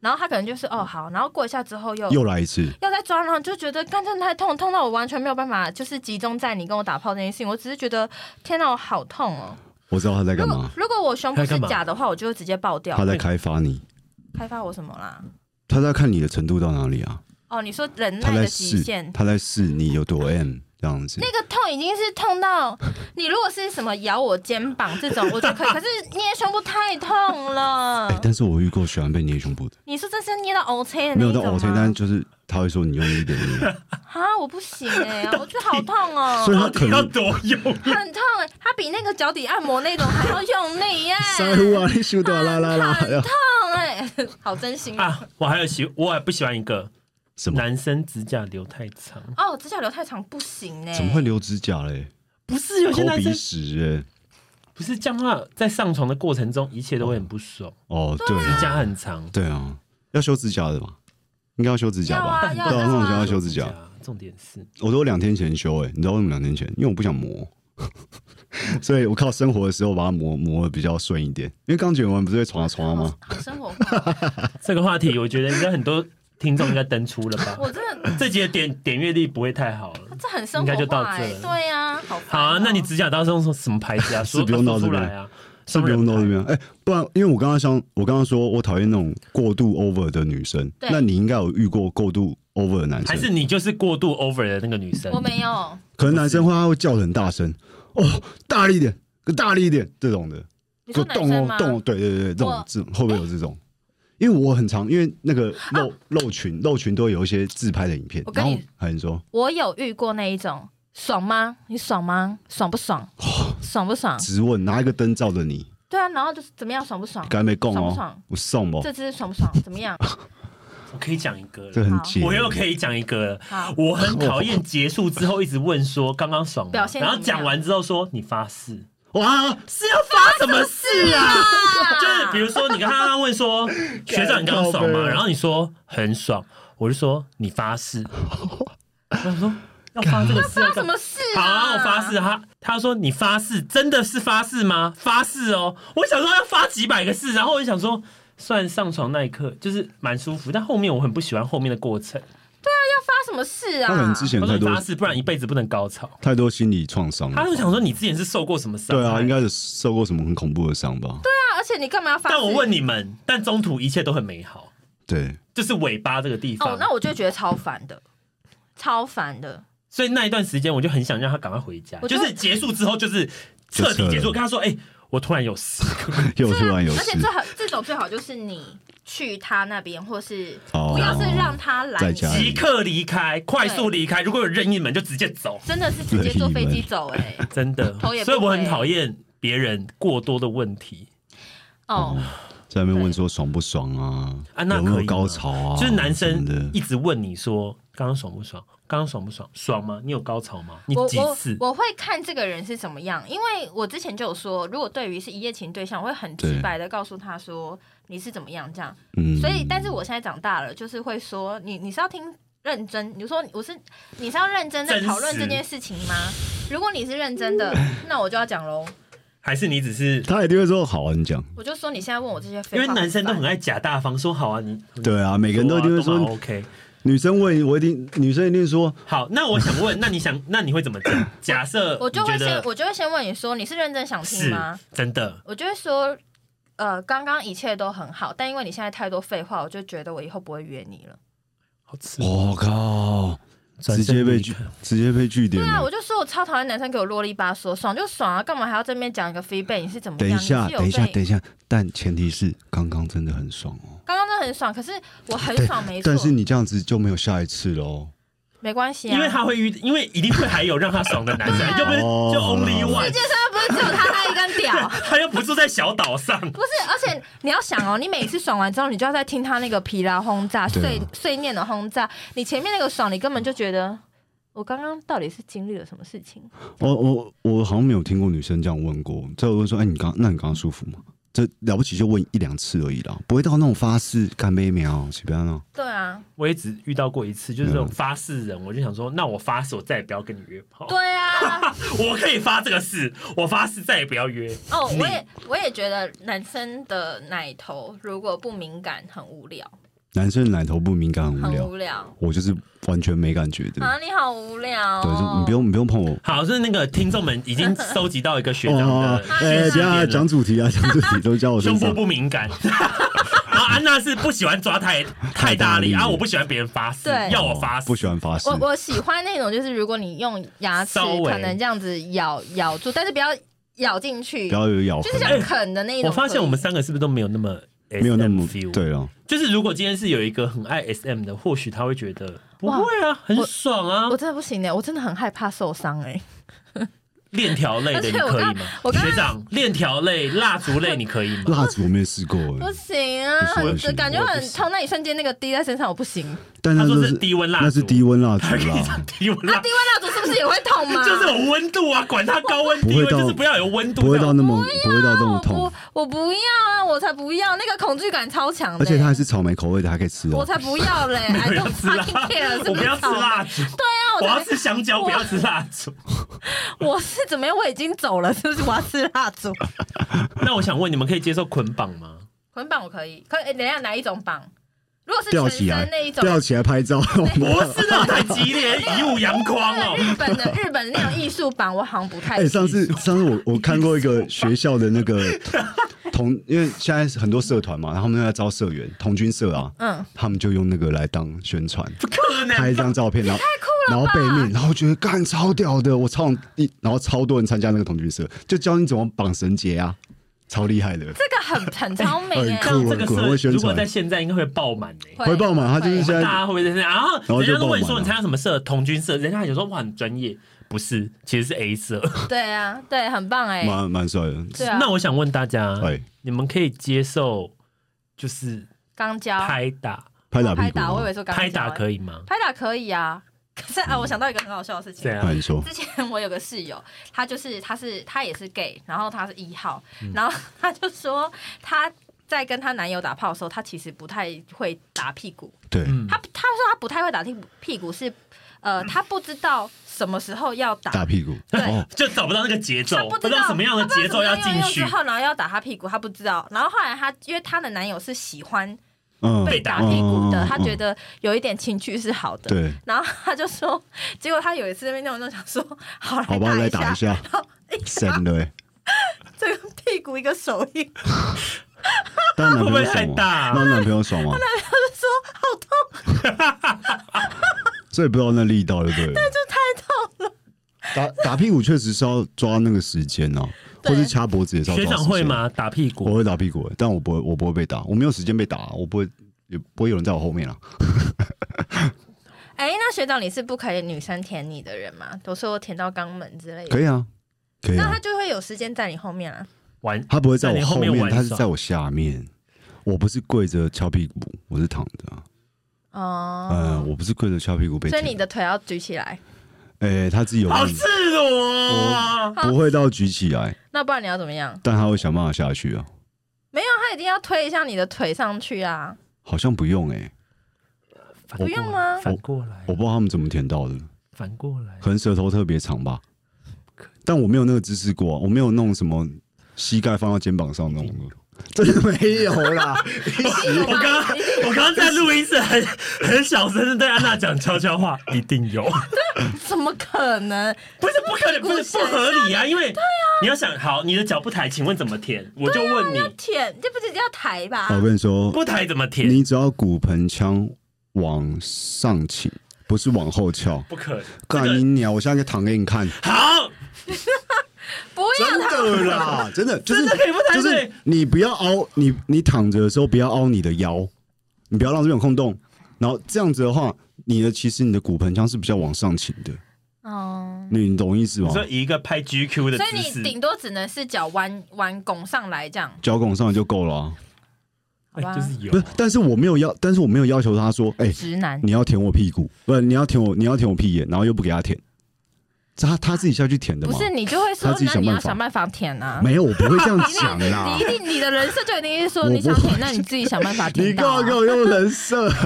Speaker 2: 然后他可能就是哦好，然后过一下之后又
Speaker 3: 又来一次，
Speaker 2: 要再抓，然后就觉得干真的太痛，痛到我完全没有办法，就是集中在你跟我打炮这件事情。我只是觉得天哪，我好痛哦！
Speaker 3: 我知道他在
Speaker 2: 如
Speaker 3: 干
Speaker 2: 果
Speaker 3: 嘛，
Speaker 2: 如果我胸部
Speaker 1: 他在干
Speaker 2: 是
Speaker 1: 嘛
Speaker 2: 假的话，我就会直接爆掉
Speaker 3: 他。在开发你，
Speaker 2: 开发我什么啦？
Speaker 3: 他在看你的程度到哪里啊，
Speaker 2: 哦，你说忍
Speaker 3: 他
Speaker 2: 耐的
Speaker 3: 在
Speaker 2: 极
Speaker 3: 试
Speaker 2: 限，，
Speaker 3: 他在试你有多 M 这样子。
Speaker 2: 那个痛已经是痛到你如果是什么咬我肩膀这
Speaker 3: (laughs)
Speaker 2: 种，我就可以。可是捏胸部太痛了
Speaker 3: 哎、。但是我遇过喜欢被捏胸部的，
Speaker 2: 你说这是捏到 O C 的
Speaker 3: 没
Speaker 2: 那
Speaker 3: 有
Speaker 2: 一
Speaker 3: 到
Speaker 2: 种吗
Speaker 3: OK，但是就是他会说你用力一点
Speaker 2: (laughs)
Speaker 3: 捏，
Speaker 2: 啊，我不行
Speaker 3: (laughs)
Speaker 2: 哎、我觉得好痛哦、
Speaker 3: 所以他可
Speaker 1: 要
Speaker 3: 能
Speaker 1: 多用力
Speaker 2: 很痛、欸，它比那个脚底按摩那种还要用力
Speaker 3: (laughs)
Speaker 2: 耶、
Speaker 3: 塞呼啊，你修多啦啦
Speaker 2: 很
Speaker 3: 啦，
Speaker 2: 痛哎、好真心啊！
Speaker 1: 啊！我还有喜，我还不喜欢一个
Speaker 3: 什么？
Speaker 1: 男生指甲留太长，
Speaker 2: 哦，指甲留太长不行哎、
Speaker 3: 怎么会留指甲嘞？
Speaker 1: 不是有些
Speaker 3: 抠
Speaker 1: 男
Speaker 3: 鼻
Speaker 1: 生
Speaker 3: 屎
Speaker 1: 不是这样的话，在上床的过程中，一切都会很不爽，
Speaker 3: 哎、哦，对
Speaker 1: 指
Speaker 3: 啊，
Speaker 1: 甲很长，
Speaker 3: 对啊，要修指甲的吧？应该要修指甲吧？
Speaker 2: 要啊要
Speaker 3: 对啊，
Speaker 2: 啊
Speaker 3: 那种想要修指
Speaker 1: 指
Speaker 3: 甲，
Speaker 1: 甲。重点是，
Speaker 3: 我都两天前修哎、你知道为什么两天前？因为我不想磨， (laughs) 所以我靠生活的时候把它磨磨的比较顺一点。因为刚卷完不是会床床吗？
Speaker 2: 好生活化，
Speaker 1: 这个话题，我觉得应该很多听众应该登出了
Speaker 3: (laughs)
Speaker 1: 吧？
Speaker 2: 我真的
Speaker 1: 这节点点阅率不会太好了。
Speaker 2: 这很生
Speaker 1: 应
Speaker 2: 活
Speaker 1: 该就到
Speaker 2: 化哎、
Speaker 1: 这了
Speaker 2: 对呀、好烦哦、
Speaker 1: 好啊，那你指甲刀是用什么牌子
Speaker 3: (laughs)
Speaker 1: 啊？说
Speaker 3: 是不用到
Speaker 1: 说
Speaker 3: 这
Speaker 1: 出
Speaker 3: 边
Speaker 1: 来啊，
Speaker 3: 是不用到这
Speaker 1: 双人牌。
Speaker 3: 边哎、不然因为我刚刚想，我刚刚说我讨厌那种过度 over 的女生，
Speaker 2: 对
Speaker 3: 那你应该有遇过过度 over 的男
Speaker 1: 还是
Speaker 3: 生，
Speaker 1: 你就是过度 over 的那个女生？
Speaker 2: 我没有，
Speaker 3: 可能男生会他会叫的很大声，哦，大力一点，大力一点这种的，
Speaker 2: 你
Speaker 3: 就
Speaker 2: 说男
Speaker 3: 动
Speaker 2: 生
Speaker 3: 哦
Speaker 2: 吗？
Speaker 3: 动哦，对对对，这种
Speaker 2: 我
Speaker 3: 这种会不会有这种？因为我很常，因为那个露、露群露群都会有一些自拍的影片
Speaker 2: 啊我，跟
Speaker 3: 然
Speaker 2: 你
Speaker 3: 后还能说
Speaker 2: 我有遇过那一种，爽吗？你爽吗？爽不爽？
Speaker 3: 哦
Speaker 2: 爽不爽？
Speaker 3: 直问拿一个灯照着你，
Speaker 2: 对啊，然后就是怎么样，爽不爽？
Speaker 3: 该没供
Speaker 2: 爽不爽
Speaker 3: 哦，我送哦，
Speaker 2: 这只爽不爽？怎么
Speaker 3: (laughs)
Speaker 2: 样？
Speaker 1: 我可以讲一个了，
Speaker 3: 这很解。
Speaker 1: 我又可以讲一个了
Speaker 2: 好。
Speaker 1: 我很讨厌结束之后一直问说刚刚爽吗
Speaker 2: 表现怎
Speaker 1: 然
Speaker 2: 么
Speaker 1: 后
Speaker 2: 样
Speaker 1: 讲完之后说你发誓
Speaker 3: 哇，
Speaker 1: 是要发什么誓啊？
Speaker 2: 啊
Speaker 1: 就是比如说你刚刚问说学长你刚刚爽 (laughs) 吗？然后你说很爽，我就说你发 (laughs) 誓。我说要发这个誓要
Speaker 2: 发
Speaker 1: 干
Speaker 2: 什
Speaker 1: 嘛
Speaker 2: 么事
Speaker 1: 好、
Speaker 2: 啊？
Speaker 1: 啊，我发誓。他，他说你发誓，真的是发誓吗？发誓哦！我想说要发几百个誓，然后我就想说，虽然上床那一刻就是蛮舒服，但后面我很不喜欢后面的过程。
Speaker 2: 发什么事啊？
Speaker 3: 他可能之前
Speaker 1: 他说你
Speaker 3: 太多
Speaker 1: 发誓，不然一辈子不能高潮。
Speaker 3: 太多心理创伤了
Speaker 1: 他。就想说你之前是受过什么伤？
Speaker 3: 对啊，应。该是受过什么很恐怖的伤吧？
Speaker 2: 啊，而且你干嘛要发誓？
Speaker 1: 但我问你们，但中途一切都很美好，
Speaker 3: 对， (laughs)
Speaker 2: 哦
Speaker 1: 就是尾巴这个地方。
Speaker 2: 哦，那我就觉得超烦的，超烦的。
Speaker 1: 所以那一段时间我就很想让他赶快回家，
Speaker 2: 我就
Speaker 1: 就是结束之后就是
Speaker 3: 就
Speaker 1: 彻底结
Speaker 3: 撤
Speaker 1: 束。
Speaker 3: 了
Speaker 1: 跟他说，哎、我突然有
Speaker 3: (laughs)
Speaker 1: 事，
Speaker 3: 又突然有
Speaker 2: 啊而且
Speaker 3: 事
Speaker 2: 最，好这种最好就是你去他那边，或是
Speaker 3: 哦
Speaker 2: 不要是让他来，
Speaker 3: 在
Speaker 2: 你
Speaker 3: 家里
Speaker 1: 即刻离开，快速离开。如果有任意门就直接走，
Speaker 2: 真的是直接坐飞机走
Speaker 1: (laughs)
Speaker 2: 哎、
Speaker 1: 真的
Speaker 2: 头也。不
Speaker 1: 所以我很
Speaker 2: 回
Speaker 1: 讨厌别人过多的问题。
Speaker 2: 哦，
Speaker 3: 在那边问说爽不爽啊？
Speaker 1: 啊那
Speaker 3: 有没
Speaker 1: 可
Speaker 3: 有
Speaker 1: 以
Speaker 3: 高
Speaker 1: 吗
Speaker 3: 潮啊？
Speaker 1: 就是男生
Speaker 3: 什么
Speaker 1: 一
Speaker 3: 的，
Speaker 1: 直问你说刚刚爽不爽，刚刚爽不爽，爽吗？你有高潮吗？你
Speaker 2: 我
Speaker 1: 几
Speaker 2: 我
Speaker 1: 次？
Speaker 2: 我会看这个人是怎么样，因为我之前就有说，如果对于是一夜情对象，我会很直
Speaker 3: 对
Speaker 2: 白的告诉他说你是怎么样这样。
Speaker 3: 嗯，
Speaker 2: 所以，但是我现在长大了，就是会说你你是要听认真，你说我是你是要认真在
Speaker 1: 真实
Speaker 2: 讨论这件事情吗？如果你是认真
Speaker 3: (laughs)
Speaker 2: 的，那我就要讲喽，
Speaker 1: 还是你只是
Speaker 3: 他一定会说好啊，你讲。
Speaker 2: 我就说你现在问我这些废
Speaker 1: 因为
Speaker 2: 话，
Speaker 1: 男生都很
Speaker 2: 爱。
Speaker 1: 爱假大方，说好啊，你
Speaker 3: 对
Speaker 2: 嗯
Speaker 3: 啊，每个人都一定会
Speaker 1: 啊
Speaker 3: 说
Speaker 1: 蛮，OK。
Speaker 3: 女生问我一定，女生一定说
Speaker 1: 好，那我想问，那你
Speaker 2: (laughs)
Speaker 1: 想，那你会怎么讲？假设
Speaker 2: 我就
Speaker 1: 你
Speaker 2: 会
Speaker 1: 觉
Speaker 2: 先
Speaker 1: 得
Speaker 2: 我就会先问你说你是认真想听
Speaker 1: 是
Speaker 2: 吗？
Speaker 1: 真的，
Speaker 2: 我就会说，呃，刚刚一切都很好，但因为你现在太多废话，我就觉得我以后不会约你
Speaker 3: 嗯
Speaker 2: 了。
Speaker 1: 好
Speaker 2: 嗯
Speaker 1: 吃，
Speaker 3: 我哦靠，直接被拒，直接被拒点
Speaker 2: 对啊，我
Speaker 3: 了。
Speaker 2: 就说我超讨厌男生给我啰里吧嗦，爽就爽啊，干嘛还要这边讲一个 feedback？你是怎么
Speaker 3: 等
Speaker 2: 样？
Speaker 3: 一下，
Speaker 2: 你是有
Speaker 3: 等一下，
Speaker 2: 被
Speaker 3: 等一下，但前提是刚刚真的很爽哦。
Speaker 2: 刚刚真的很爽，可是我很爽没错，
Speaker 3: 但是你这样子就没有下一次喽。
Speaker 2: 没关系啊，
Speaker 1: 因为他会遇，因为一定会还有让他爽的
Speaker 2: (laughs)
Speaker 1: 男生，又不是
Speaker 3: 哦
Speaker 1: 就 only
Speaker 2: 世
Speaker 1: one，
Speaker 2: 界上不是只有他那一根屌。
Speaker 1: 他又不住在小岛上，
Speaker 2: 不是，而且你要想哦，你每次爽完之后，你就要再听他那个疲劳轰炸、
Speaker 3: 对啊
Speaker 2: 碎碎念的轰炸。你前面那个爽，你根本就觉得我刚刚到底是经历了什么事情？
Speaker 3: 我我我好像没有听过女生这样问过。再我就说，哎，你刚那你刚刚舒服吗？这了不起就问一两次而已啦，不会到那种发誓干杯苗，随便啊。
Speaker 2: 对啊，
Speaker 1: 我也只遇到过一次，就是这种
Speaker 3: 嗯
Speaker 1: 发誓人，我就想说，那我发誓我再也不要跟你约炮，
Speaker 2: 对啊，
Speaker 1: 我可以发这个誓，我发誓再也不要约。
Speaker 2: 哦，我也我也觉得男生的奶头如果不敏感，很无聊，
Speaker 3: 男生奶头不敏感很无
Speaker 2: 很
Speaker 3: 聊
Speaker 2: 无，聊
Speaker 3: 我就是完全没感觉的。
Speaker 2: 啊！你好无聊、
Speaker 3: 对，就
Speaker 2: 哦，
Speaker 3: 你不用你不用碰我。
Speaker 1: 好，所以那个听众们已
Speaker 2: (laughs)
Speaker 1: 经收集到一个学长
Speaker 3: 哦
Speaker 1: 的，
Speaker 3: 哎，等一下讲主题啊，讲主题都叫我
Speaker 1: 胸
Speaker 3: 身
Speaker 1: 部
Speaker 3: 上。
Speaker 1: 不敏感。 (laughs) 然后安娜是不喜欢抓太太大力，啊，我不喜欢别人发誓
Speaker 2: 对，
Speaker 1: 要我发誓
Speaker 3: 哦不。喜欢发誓
Speaker 2: 我。我喜欢那种，就是如果你用牙齿
Speaker 1: 稍微
Speaker 2: 可能这样子咬咬住，但是不要咬进去，
Speaker 3: 不要有咬
Speaker 2: 就是
Speaker 3: 痕，
Speaker 2: 像啃的那一
Speaker 1: 哎
Speaker 2: 种。
Speaker 1: 我发现我们三个是不是都没有那么
Speaker 3: 没有那么
Speaker 1: SM feel？，
Speaker 3: 对啊了，
Speaker 1: 就是如果今天是有一个很爱 SM 的，或许他会觉得不会啊，很爽啊
Speaker 2: 我，真的不行欸的，我真的很害怕受伤哎、
Speaker 1: 链条类的
Speaker 2: 而
Speaker 1: 你
Speaker 2: 且我
Speaker 1: 可以
Speaker 2: 刚
Speaker 1: 吗？
Speaker 2: 我刚
Speaker 1: 学长，链条类、蜡烛类你可以
Speaker 2: (laughs)
Speaker 1: 吗？
Speaker 3: 蜡烛我没有试过
Speaker 2: 不
Speaker 3: 哎，
Speaker 2: 行啊，
Speaker 3: 不行
Speaker 2: 很
Speaker 3: 不行
Speaker 2: 感觉
Speaker 1: 我不
Speaker 2: 很
Speaker 1: 行
Speaker 2: 痛。那一瞬间那个滴在身上，我不行。啊，
Speaker 3: 但
Speaker 1: 他
Speaker 3: 那
Speaker 1: 说
Speaker 3: 都
Speaker 1: 是
Speaker 3: 是
Speaker 1: 低温蜡烛，
Speaker 3: 那是低温
Speaker 2: (laughs)
Speaker 3: 蜡烛
Speaker 1: 他
Speaker 3: 啦，
Speaker 1: 低温蜡
Speaker 2: 滴完蜡烛是不是也会痛吗？
Speaker 1: 就是有温度啊，管它高温低
Speaker 3: 不
Speaker 1: 温，
Speaker 3: 会到
Speaker 1: 就是不要有温度。
Speaker 3: 不会到那么
Speaker 2: 啊
Speaker 3: 不会到那么
Speaker 2: 我
Speaker 3: 痛，
Speaker 2: 我不要啊，我才不要，那个恐惧感超强的、欸
Speaker 3: 而且它还是草莓口味的，还可以吃
Speaker 2: 啊我
Speaker 3: 哦。
Speaker 2: 才不要
Speaker 3: (laughs)
Speaker 2: 嘞！I
Speaker 1: 不要
Speaker 2: don't
Speaker 1: 吃蜡
Speaker 2: fucking care，是
Speaker 1: 我不要吃
Speaker 2: 草莓
Speaker 1: 蜡烛，我
Speaker 2: 对啊，
Speaker 1: 要吃香蕉，不要吃蜡
Speaker 3: (laughs)
Speaker 1: 烛。
Speaker 2: 我我是怎么样？我已经走了，是不是？我要吃蜡
Speaker 3: (laughs)
Speaker 2: 烛。
Speaker 1: 那我想问，你们可以接受捆绑吗？
Speaker 2: 捆绑我可以，可哎等一下哪一种绑？如果是
Speaker 3: 吊
Speaker 2: 全
Speaker 3: 起来
Speaker 2: 身那一，种，
Speaker 3: 吊起来拍照，
Speaker 2: (laughs)
Speaker 1: 不是那种太激烈，一物阳光
Speaker 2: 那
Speaker 1: 哦
Speaker 2: (laughs) 个。日本的日本那种艺术绑，我好像不太
Speaker 3: (laughs) 哎，上次上次我我看过一个学校的
Speaker 2: (laughs)
Speaker 3: 那个同，因为现在很多社团嘛，然后他们要招社员，童军社啊，
Speaker 2: 嗯，
Speaker 3: 他们就用那个来当
Speaker 2: (laughs)
Speaker 3: 宣传，
Speaker 1: 不可
Speaker 3: 拍一
Speaker 1: 能，
Speaker 3: 张照片，然后然后背面，然后我觉得干超屌的，我超一，然后超多人参加那个童军社，就教你怎么绑绳结啊，超厉害的。
Speaker 2: 这个很很聪明
Speaker 3: 很
Speaker 2: 哎、
Speaker 1: 这样
Speaker 3: 酷
Speaker 1: 这个
Speaker 3: 很
Speaker 1: 社
Speaker 3: 会宣传
Speaker 1: 如果在现在应该会爆满的。
Speaker 3: 会爆满，他就是现
Speaker 1: 大
Speaker 3: 在
Speaker 1: 家会不会在那？然后
Speaker 3: 后
Speaker 1: 人
Speaker 3: 就
Speaker 1: 家都问你
Speaker 3: 爆满
Speaker 1: 说
Speaker 3: 了
Speaker 1: 你参加什么社？童军社，人家还想说哇很专业，不是，其实是 A 社。
Speaker 2: 对啊，对，很棒哎、
Speaker 3: 蛮蛮帅的。
Speaker 2: 对啊，
Speaker 1: (laughs) 那我想问大家，
Speaker 3: 哎，
Speaker 1: 你们可以接受就是
Speaker 2: 钢胶
Speaker 1: 拍打
Speaker 3: 拍打
Speaker 2: 拍
Speaker 3: 屁股哦
Speaker 2: 打，我以
Speaker 3: 吗，
Speaker 2: 为说钢胶、
Speaker 1: 拍打
Speaker 2: 以，
Speaker 1: 可以吗？
Speaker 2: 拍打可以啊。 (laughs) 可是
Speaker 3: 嗯
Speaker 2: 啊，我想到一个很好笑的事情，
Speaker 1: 对啊，
Speaker 3: 那你说
Speaker 2: 之前我有个室友，他就是他是他也是 gay，然后他是一号，
Speaker 1: 嗯
Speaker 2: 然后他就说他在跟她男友打炮的时候，他其实不太会打屁股。
Speaker 3: 对，
Speaker 1: 嗯
Speaker 2: 他他说他不太会打屁股，屁股是呃他不知道什么时候要打，
Speaker 3: 打屁股
Speaker 2: 对
Speaker 3: 哦，
Speaker 1: 就找不到那个节奏，
Speaker 2: 他
Speaker 1: 不
Speaker 2: 不
Speaker 1: 知
Speaker 2: 知道
Speaker 1: 道什么样的节奏要进去
Speaker 2: 之。后，然后要打他屁股，他不知道。然后后来他因为她的男友是喜欢
Speaker 3: 嗯，
Speaker 2: 被打屁股的，
Speaker 3: 嗯
Speaker 2: 他觉得有一点情趣是好的。
Speaker 3: 对，
Speaker 2: 然后他就说，结果他有一次那边弄一弄想说，好来
Speaker 3: 好吧，来打
Speaker 2: 打
Speaker 3: 一下，
Speaker 2: 然后一下
Speaker 3: 神的欸，
Speaker 2: 这个屁股一个手印，
Speaker 3: (laughs) 当
Speaker 1: 会
Speaker 3: 男
Speaker 1: 不会
Speaker 3: 朋友
Speaker 1: 太
Speaker 3: 爽吗？
Speaker 1: 大？啊
Speaker 3: 当男朋
Speaker 2: (laughs)
Speaker 3: 友爽吗？
Speaker 2: 说好痛，
Speaker 3: 所以不知道那力道对不对？
Speaker 2: 就太痛
Speaker 3: 打打屁股确实是要抓那个时间哦、或
Speaker 2: 对
Speaker 3: 是掐脖子也是要抓
Speaker 1: 学
Speaker 3: 时间
Speaker 1: 长会？吗？打屁
Speaker 3: 我
Speaker 1: 股？
Speaker 3: 会打屁股，欸但我不会，我不会被打，我没有时间被打、我不会，也不会有人在我后面啊。
Speaker 2: 哎、那学长你是不可以女生舔你的人吗？都说舔到肛门之类的，
Speaker 3: 可以啊，可以
Speaker 2: 那
Speaker 3: 啊
Speaker 2: 他，就会有时间在你后面啊。
Speaker 1: 玩
Speaker 3: 他不会在
Speaker 1: 在
Speaker 3: 我
Speaker 1: 你后
Speaker 3: 后
Speaker 1: 面
Speaker 3: 面，
Speaker 1: 玩
Speaker 3: 他是
Speaker 1: 耍
Speaker 3: 在我下面。我不是跪着翘屁股，我是躺着啊。
Speaker 2: 哦、
Speaker 3: 呃，我不是跪着翘屁股被
Speaker 2: 所
Speaker 3: 舔。
Speaker 2: 以你的腿要举起来，
Speaker 3: 哎、他自己有
Speaker 1: 好
Speaker 3: 力
Speaker 1: 赤，裸哦！
Speaker 3: 不会到举起来，
Speaker 2: 那不然你要怎么样？
Speaker 3: 但他会想办法下去啊。
Speaker 2: 他一定要推一下你的腿上去
Speaker 3: (laughs)
Speaker 2: 啊！
Speaker 3: 好像不用哎、
Speaker 1: 反
Speaker 2: 不用吗
Speaker 1: 反过来
Speaker 3: 我，不知道他们怎么舔到的，
Speaker 1: 反过来
Speaker 3: 可，能舌头特别长吧。但我没有那个姿势过啊、我没有弄什么膝盖放到肩膀上那种的， (laughs) 真的没有啦。
Speaker 1: 我刚刚我刚刚在录音室很很小声的对安娜讲悄悄话，一定有，
Speaker 2: 怎么可能？
Speaker 1: (laughs) 不是不可能，不是不合理啊！因为你要想好，你的脚不抬，请问怎么填？我就问
Speaker 3: 啊
Speaker 1: 你，
Speaker 2: 舔，这不是叫抬吧？
Speaker 3: 我跟你说，
Speaker 1: 不抬怎么填？
Speaker 3: 你只要骨盆腔往上倾，不是往后翘。
Speaker 1: 不可能，
Speaker 3: 干
Speaker 1: 这
Speaker 3: 你
Speaker 1: 个
Speaker 3: 鸟！我现在可以躺给你看，
Speaker 1: 好，
Speaker 2: 不要
Speaker 3: 真的啦， (laughs)
Speaker 1: (laughs)
Speaker 3: 真的就是
Speaker 1: 真的可以不抬
Speaker 3: 就
Speaker 1: 腿
Speaker 3: 是你不要凹，你你躺着的时候不要凹你的腰，你不要让这边有空洞。然后这样子的话，你的其实你的骨盆腔是比较往上倾的，
Speaker 2: 哦。
Speaker 3: 你你懂意思吗
Speaker 1: 你？说以一个拍 GQ 的
Speaker 2: 所以
Speaker 1: 姿
Speaker 2: 你
Speaker 1: 势，
Speaker 2: 顶多只能是脚弯弯拱上来这样，
Speaker 3: 脚拱上来就够了、啊，
Speaker 2: 好吧？
Speaker 1: 哎就是有啊
Speaker 3: 不是？但是我没有要，但是我没有要求他说，哎、
Speaker 2: 直男
Speaker 3: 你要舔我屁股，不是你要舔我，你要舔我屁眼，然后又不给他舔，他他自己下去舔的
Speaker 2: 不
Speaker 3: 嘛？
Speaker 2: 是你就会说
Speaker 3: 他自己，
Speaker 2: 那你
Speaker 3: 想
Speaker 2: 要
Speaker 3: 办法
Speaker 2: 想办法舔啊！
Speaker 3: 没有，我不会这样讲啦
Speaker 2: 你一。定你的人设就一定是说
Speaker 3: 我不
Speaker 2: 你想舔， (laughs) 那你自己想办
Speaker 1: (laughs)
Speaker 2: 法
Speaker 3: 你
Speaker 2: 舔
Speaker 3: 干
Speaker 2: 到、啊
Speaker 3: 嘛给。我用人设？ (laughs)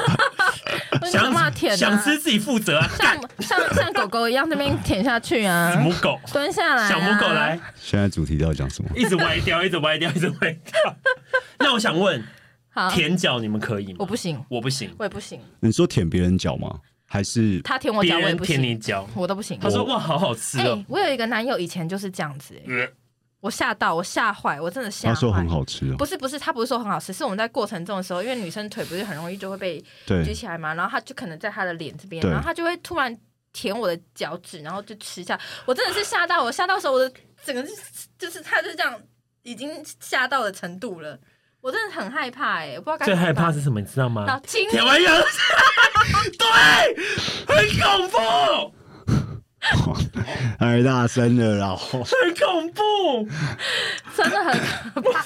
Speaker 2: 你想办法
Speaker 1: 想
Speaker 2: 舔、啊，
Speaker 1: 想吃自己负 (laughs) 责啊，干
Speaker 2: 像像像狗狗一样那边舔下去啊，
Speaker 1: 母 (laughs) 狗。
Speaker 2: 蹲下来、啊，
Speaker 1: 小母狗 (laughs) 来，，
Speaker 3: 现在主题都要讲什么？
Speaker 1: 一直歪掉，一直歪掉，一直歪 (laughs) 掉。那我想问，
Speaker 2: 好，
Speaker 1: 舔脚你们可以吗？
Speaker 2: 我不，行，
Speaker 1: 我不行。
Speaker 2: 我也不行，
Speaker 3: 你说舔别人脚吗？还是
Speaker 2: 他舔我
Speaker 1: 别
Speaker 2: 脚我也
Speaker 1: 人
Speaker 2: 不
Speaker 1: 舔
Speaker 2: 行，
Speaker 1: 你脚，
Speaker 2: 我都不行。
Speaker 1: 他说哇，好好吃
Speaker 2: 哎、
Speaker 1: 哦。
Speaker 2: 我有一个男友以前就是这样子、哎
Speaker 1: 呃
Speaker 2: 我吓到，我吓坏，我真的吓
Speaker 3: 他
Speaker 2: 坏。
Speaker 3: 说很好吃哦？
Speaker 2: 不是不是，他不是说很好吃，是我们在过程中的时候，因为女生腿不是很容易就会被举
Speaker 3: 对，
Speaker 2: 起来嘛，然后他就可能在他的脸这边，
Speaker 3: 对
Speaker 2: 然后他就会突然舔我的脚趾，然后就吃下。我真的是吓到我，吓到时候我的整个就是就是他就这样已经吓到的程度了，我真的很害怕哎、我不知道该
Speaker 1: 最
Speaker 2: 怎么
Speaker 1: 害怕
Speaker 2: 办
Speaker 1: 是什么？你知道
Speaker 2: 然
Speaker 1: 吗
Speaker 2: 后？亲
Speaker 1: 舔完以后，对，很恐怖，
Speaker 3: 太哎大声了
Speaker 2: (laughs)
Speaker 3: 啦！
Speaker 1: 很恐怖。
Speaker 2: 真的很可怕，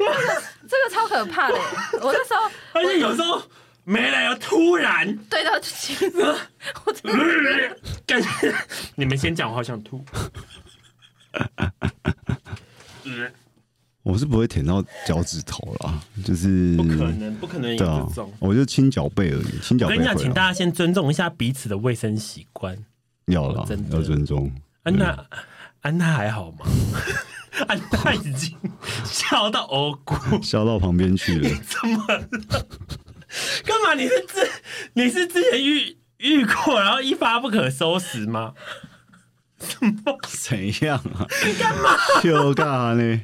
Speaker 2: 这个超可怕的欸、我那时候
Speaker 1: 而且有时候没来由突然，
Speaker 2: 对到亲了，我真的
Speaker 1: 感觉你们先讲，我好想吐。呃
Speaker 3: 我是不会舔到脚趾头啦，就是
Speaker 1: 不可能，不可能有
Speaker 3: 对啊
Speaker 1: 这种。，
Speaker 3: 我就亲脚背而已，亲脚
Speaker 1: 我
Speaker 3: 背
Speaker 1: 跟你讲，
Speaker 3: 会啊
Speaker 1: 请大
Speaker 3: 啦
Speaker 1: 家先尊重一下彼此的卫生习惯。
Speaker 3: 要啦
Speaker 1: 哦真，的
Speaker 3: 要尊重。
Speaker 1: 安娜，安娜还好吗？ (laughs) 安娜已经 (laughs) 笑到呕骨，
Speaker 3: 笑到旁边
Speaker 1: (laughs)
Speaker 3: 去了，
Speaker 1: 怎么了？干嘛？你是之你是之前遇遇过，然后一发不可收拾吗？
Speaker 3: 怎样啊？就干嘛呢？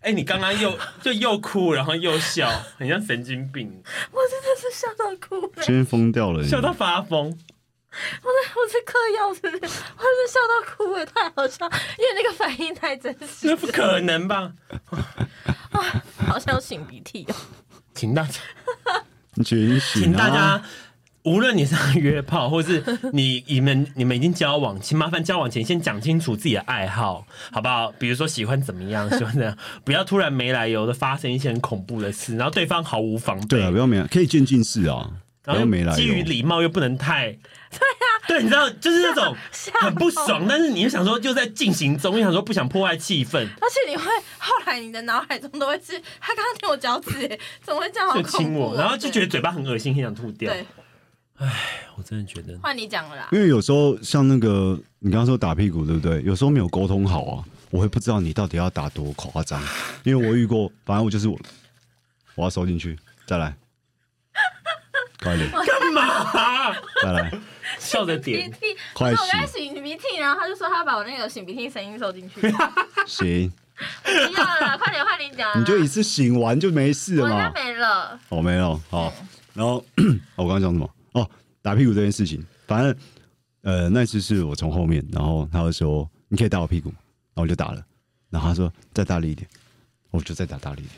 Speaker 1: 哎、你刚刚又就又哭，然后又笑，很像神经病，
Speaker 2: 我真的是吓到哭了、
Speaker 3: 今天疯掉了，
Speaker 1: 笑到发疯。
Speaker 2: 我在我在嗑药是不是？我真的笑到哭哎、太好笑，因为那个反应太真实，
Speaker 1: 这不可能吧？
Speaker 2: (laughs) 好像要擤鼻涕哦、
Speaker 1: 请大家，
Speaker 3: 你觉醒啊！
Speaker 1: 请大家，无论你是要约炮，或是你你们你们已经交往，请麻烦交往前先讲清楚自己的爱好，好不好？比如说喜欢怎么样，喜欢怎样，不要突然没来由的发生一些很恐怖的事，然后对方毫无防备。
Speaker 3: 对啊，不要没可以渐进式啊，不
Speaker 1: 然后
Speaker 3: 要没来
Speaker 1: 基于
Speaker 3: 由。
Speaker 1: 礼貌又不能
Speaker 2: (laughs)
Speaker 1: 太，对啊，对，你知道，就是那种 (laughs) 很不爽，但是你又想说就在进行中，又想说不想破坏气氛，
Speaker 2: 而且你会后来你的脑海中都会是他刚刚舔我脚趾哎，怎么会这样？好
Speaker 1: 就
Speaker 2: 恐怖哦
Speaker 1: 亲我，然后就觉得
Speaker 2: 对
Speaker 1: 嘴巴很恶心，很想吐掉。
Speaker 2: 对，
Speaker 1: 哎我真的觉得
Speaker 2: 换你讲了啦。
Speaker 3: 因为有时候像那个你刚刚说打屁股，对不对？有时候没有沟通好啊，我会不知道你到底要打多夸张，因为我遇过，反正我就是我，我要收进去，再来，快点，
Speaker 1: 干嘛？
Speaker 2: (laughs)
Speaker 3: 再来，
Speaker 1: 笑着
Speaker 2: 鼻
Speaker 1: 点，
Speaker 2: 涕，
Speaker 3: 快
Speaker 2: 不是我刚才
Speaker 3: 洗
Speaker 2: 擤鼻涕，然后他就说他把我那个擤鼻涕声音
Speaker 1: (laughs)
Speaker 2: 收进去。不
Speaker 3: 行，
Speaker 2: 要了，快点换你讲啊。
Speaker 3: 你就一次醒完就没事了
Speaker 2: 我那
Speaker 3: 嘛。
Speaker 2: 没了。
Speaker 3: 哦， (clears throat) 没有，好，然后哦我刚刚讲什么？哦，打屁股这件事情，反正呃，那次是我从后面，然后他就说你可以打我屁股吗，然后我就打了，然后他说再大力一点，我就再打大力一点，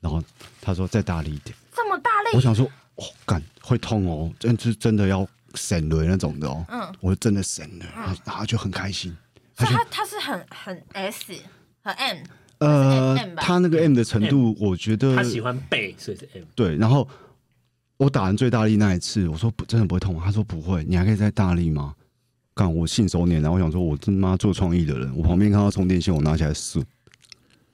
Speaker 3: 然后他说再大力一点，
Speaker 2: 这么大
Speaker 3: 我
Speaker 2: 力，
Speaker 3: 想说哦，干会痛哦，真是真的要闪雷那种的哦，
Speaker 2: 嗯
Speaker 3: 我就真的闪了，然后然后就很开心，
Speaker 2: 所以他他是很很 S 和 M，
Speaker 3: 呃
Speaker 2: 还是 M，吧
Speaker 3: 他那个 M 的程度，我觉得
Speaker 1: 他喜欢背，所以是 M。
Speaker 3: 对，然后我打完最大力那一次，我说不真的不会痛吗，他说不会，你还可以再大力吗？干我信手拈来，我想说我他妈做创意的人，我旁边看到充电线，我拿起来试，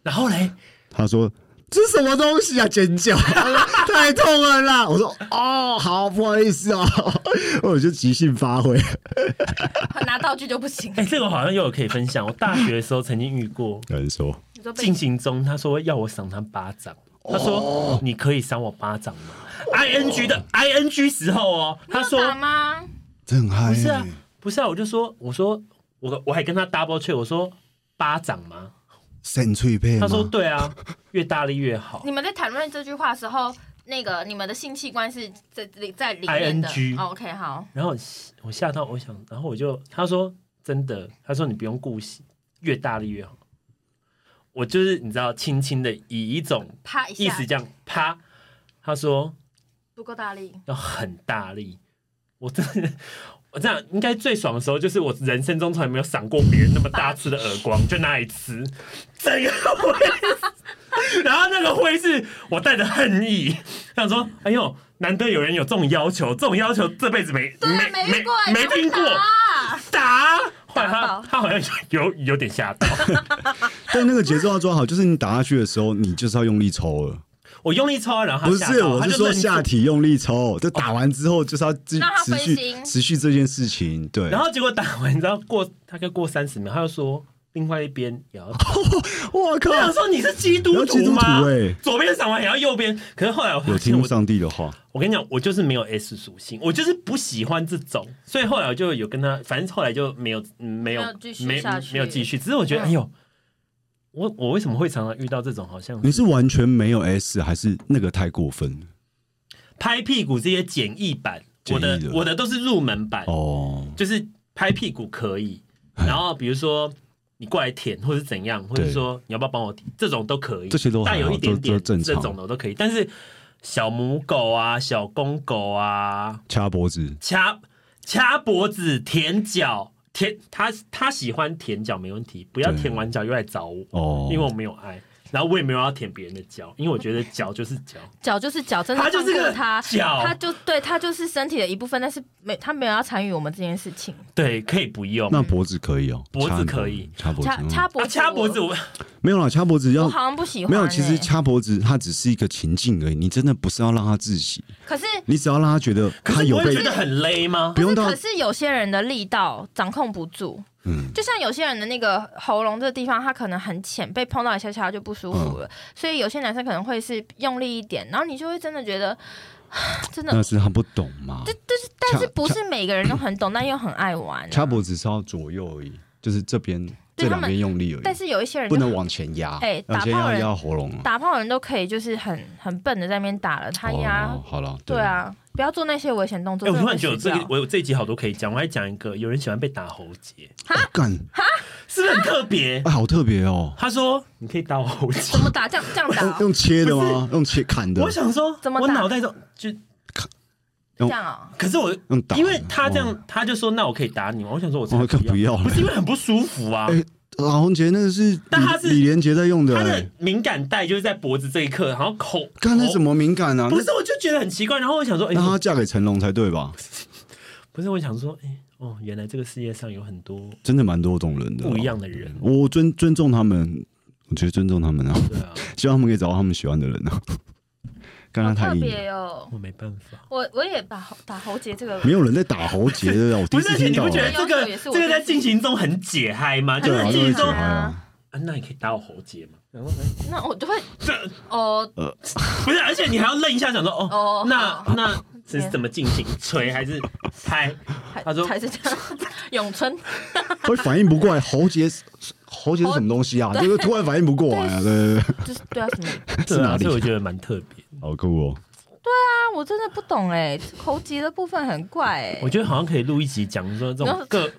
Speaker 1: 然后嘞，
Speaker 3: 他说这是什么东西啊？尖叫， (laughs) 太痛了啦！我说哦，好，不好意思哦， (laughs) 我就即兴发挥。
Speaker 2: 拿道具就不行。
Speaker 1: 哎、这个好像又有可以分享。我大学的时候曾经遇过
Speaker 3: 有人说
Speaker 2: 你说被
Speaker 1: 进行中，他说要我赏他巴掌，他说、你可以赏我巴掌吗？I N G 的 I N G 时候哦，他
Speaker 2: 你
Speaker 1: 说
Speaker 2: 有打吗？
Speaker 3: 这很嗨、
Speaker 1: 不是啊
Speaker 3: 欸，，
Speaker 1: 不是啊，我就说我说我我还跟他 double check，我说巴掌吗？
Speaker 3: 神脆配吗？
Speaker 1: 他说对啊，越大力越好
Speaker 2: 你。们在谈论这句话的时候，那个你们的性器官是在里在里面的。
Speaker 1: ING
Speaker 2: o k 好，
Speaker 1: 然后我我吓到，我想，然后我就他说真的，他说你不用顾惜，越大力越好。我就是你知道，轻轻的以一种
Speaker 2: 啪一
Speaker 1: 意
Speaker 2: 下
Speaker 1: 思，这样啪，他说
Speaker 2: 不够大力。
Speaker 1: 要很大力，我真的。我这样应该最爽的时候，就是我人生中从来没有赏过别人那么大次的耳光，就那一次，整个灰，然后那个灰是我带着恨意，想说，哎呦，难得有人有这种要求，这种要求这辈子没
Speaker 2: 对啊，
Speaker 1: 没
Speaker 2: 遇过，
Speaker 1: 没没听过，
Speaker 3: 啊
Speaker 1: 打。
Speaker 2: 打
Speaker 1: 后来
Speaker 2: 打
Speaker 1: 他
Speaker 2: 爆
Speaker 1: 他好像有有点吓到，
Speaker 3: 但那个节奏要抓好，就是你打下去的时候，你就是要用力抽了。
Speaker 1: 我用力抽啊，然后他
Speaker 3: 不
Speaker 1: 吓
Speaker 3: 是，
Speaker 1: 到
Speaker 3: 我
Speaker 1: 他
Speaker 3: 是
Speaker 1: 就
Speaker 3: 说
Speaker 1: 愣住
Speaker 3: 下体用力抽，就打完之后就是要继
Speaker 2: 让他
Speaker 3: 持
Speaker 2: 分
Speaker 3: 续
Speaker 2: 心
Speaker 3: 持续这件事情。对，
Speaker 1: 然后结果打完，你知道过大概过三十秒，他又说另外一边也要
Speaker 3: 我靠
Speaker 1: 我，想说你是基督
Speaker 3: 你要基督
Speaker 1: 徒吗？
Speaker 3: 徒欸
Speaker 1: 左边赏完也要右边，可是后来我
Speaker 3: 有
Speaker 1: 发现
Speaker 3: 听
Speaker 1: 我，
Speaker 3: 上帝的话，
Speaker 1: 我跟你讲，我就是没有 S 属性，我就是不喜欢这种，所以后来我就有跟他，反正后来就没有嗯没有
Speaker 2: 没有继续
Speaker 1: 没
Speaker 2: 下去
Speaker 1: 没有继续，只是我觉得、
Speaker 2: 嗯
Speaker 1: 哎呦，我我为什么会常常遇到这种好像
Speaker 3: 你是完全没有 S，还是那个太过分了？
Speaker 1: 拍屁股这些简易版，
Speaker 3: 简
Speaker 1: 我
Speaker 3: 易
Speaker 1: 的
Speaker 3: 的
Speaker 1: 我的都是入门版，
Speaker 3: 哦，
Speaker 1: 就是拍屁股可以，
Speaker 3: 哎
Speaker 1: 然后比如说。你过来舔，或者怎样，或者
Speaker 3: 对
Speaker 1: 说你要不要帮我舔，这种都可以，
Speaker 3: 这些都还
Speaker 1: 带
Speaker 3: 好
Speaker 1: 有一点点
Speaker 3: 都都正
Speaker 1: 这
Speaker 3: 常
Speaker 1: 种的我都可以。但是小母狗啊、小公狗啊，
Speaker 3: 掐脖子，
Speaker 1: 掐掐脖子、舔脚、舔它它喜欢舔脚没问题，不要
Speaker 3: 对
Speaker 1: 舔完脚又来找我，
Speaker 3: 哦
Speaker 1: 因为我没有爱。然后我也没有要舔别人的脚，因为我觉得脚就是脚。
Speaker 2: 脚就是脚，真的
Speaker 1: 他
Speaker 2: 放
Speaker 1: 就是
Speaker 2: 过
Speaker 1: 个
Speaker 2: 他，
Speaker 1: 脚
Speaker 2: 他就对他就是身体的一部分，但是没他没有要参与我们这件事情。
Speaker 1: 对，可以不用。
Speaker 3: 那脖子可以哦，
Speaker 1: 脖子
Speaker 3: 掐你
Speaker 1: 可以
Speaker 3: 掐脖子，
Speaker 2: 掐
Speaker 3: 嗯
Speaker 2: 掐脖
Speaker 1: 啊，
Speaker 2: 子，
Speaker 1: 掐脖子
Speaker 2: 我
Speaker 1: 我
Speaker 3: 没有啦，掐脖子
Speaker 2: 我
Speaker 3: 要
Speaker 2: 好像不喜欢、
Speaker 3: 没
Speaker 2: 欸。
Speaker 3: 有，其实掐脖子它只是一个情境而已，你真的不是要让他窒息，
Speaker 2: 可是
Speaker 3: 你只要让他觉得
Speaker 1: 可 (laughs)
Speaker 3: 他
Speaker 1: 是你
Speaker 3: 有
Speaker 1: 不会
Speaker 3: 被
Speaker 1: 觉得很勒吗？
Speaker 3: 不用到
Speaker 2: 可是有些人的力道掌控不住，
Speaker 3: 嗯
Speaker 2: 就像有些人的那个喉咙这个地方，他可能很浅，被碰到一下下就不舒服
Speaker 3: 嗯
Speaker 2: 了。所以有些男生可能会是用力一点，然后你就会真的觉得，真的
Speaker 3: 那是他不懂嘛，
Speaker 2: 但是
Speaker 3: 掐
Speaker 2: 不是每个人都很懂，但又很爱玩、啊
Speaker 3: 掐脖子是要左右而已，就是这边
Speaker 2: 对
Speaker 3: 这
Speaker 2: 他
Speaker 3: 两
Speaker 2: 们
Speaker 3: 边用力而已，
Speaker 2: 但是有一些人就
Speaker 3: 不能往前压，
Speaker 2: 哎
Speaker 3: 往前
Speaker 2: 打炮
Speaker 3: 压
Speaker 2: 人
Speaker 3: 压喉咙啊。
Speaker 2: 打炮的人都可以，就是很很笨的在那边打了，他呀，
Speaker 3: 哦，好了，
Speaker 2: 对，啊，不要做那些危险动作。
Speaker 1: 哎、我
Speaker 2: 真
Speaker 1: 突
Speaker 2: 的
Speaker 1: 然
Speaker 2: 会
Speaker 1: 觉得我
Speaker 2: 死
Speaker 1: 这
Speaker 2: 掉
Speaker 1: 个我有这一集好多可以讲，我还讲一个，有人喜欢被打喉结，
Speaker 3: 哦干，
Speaker 1: 是不是很特别？
Speaker 3: 哎，好特别哦，
Speaker 1: (laughs) 他说你可以打我喉结
Speaker 2: 怎，么打？这样这样打哦、
Speaker 3: 用切的吗？用切砍的
Speaker 1: 我，想说，
Speaker 2: 怎么
Speaker 1: 我
Speaker 2: 打
Speaker 1: 脑袋中就，
Speaker 2: 这样啊、
Speaker 1: 可是我
Speaker 3: 用打的，
Speaker 1: 因为他这
Speaker 3: 哇，
Speaker 1: 样，他就说那我可以打你吗？我想嗯说我才
Speaker 3: 我可
Speaker 1: 不
Speaker 3: 不
Speaker 1: 要，
Speaker 3: 要
Speaker 1: 不
Speaker 3: 了
Speaker 1: 是。因为很不舒服啊。
Speaker 3: 哎，老洪杰那个是
Speaker 1: 但他是
Speaker 3: 李李连杰在用的
Speaker 1: 他
Speaker 3: 哎
Speaker 1: 的，敏感带就是在脖子这一刻，然后口
Speaker 3: 刚才怎
Speaker 1: 么
Speaker 3: 么敏感啊？
Speaker 1: 不是？我就觉得很奇怪，然后我想说，哎、
Speaker 3: 那那他嫁给成龙才对吧？
Speaker 1: 不是，我想说，哎、哦，原来这个世界上有很多
Speaker 3: 真的蛮多种人的，
Speaker 1: 不一样。的人，
Speaker 3: 我尊尊重他们，我觉得尊重他们啊， (laughs)
Speaker 1: 对啊，
Speaker 3: 希望他们可以找到他们喜欢的人啊。 (laughs) 刚
Speaker 2: 好
Speaker 3: 刚
Speaker 2: 特
Speaker 3: 太硬了，
Speaker 2: 别哦。
Speaker 1: 我没办法。
Speaker 2: 我我也打喉打喉结这个，
Speaker 3: 没有人在打喉结的啊，我第
Speaker 1: 不
Speaker 3: 一
Speaker 1: 是，而
Speaker 3: 次
Speaker 1: 且
Speaker 3: 听
Speaker 1: 你
Speaker 3: 到
Speaker 1: 不
Speaker 3: 啊。
Speaker 1: 觉得这个
Speaker 2: 要求也是我
Speaker 1: 这个在进行中很解嗨吗？就
Speaker 3: 对
Speaker 1: 是
Speaker 3: 啊，
Speaker 1: 进
Speaker 3: 就会
Speaker 1: 行
Speaker 3: 解
Speaker 1: 中，
Speaker 3: 嗨
Speaker 1: 啊，
Speaker 3: 啊。
Speaker 1: 那你可以打我喉结吗？然后
Speaker 2: 那我就会
Speaker 1: 这
Speaker 2: 哦
Speaker 1: 不是，而且你还要愣一下，想说哦，
Speaker 2: 哦
Speaker 1: 那
Speaker 2: 好 (laughs)
Speaker 1: 那是怎么进行？锤还是
Speaker 3: (laughs)
Speaker 1: 拍？
Speaker 2: 还
Speaker 1: 他说
Speaker 2: 还是这样，咏春
Speaker 3: 会反应不过来，喉结是喉结是什么东西啊？就是突然反应不过来啊，对对对，
Speaker 2: 就是对啊什么？
Speaker 3: 是哪里
Speaker 1: 对啊所以我觉得蛮特别。
Speaker 3: 好酷哦！
Speaker 2: (laughs) 啊，啊，我真的不懂哎、口疾的部分很怪哎、
Speaker 1: 我觉得好像可以录一集讲说这种各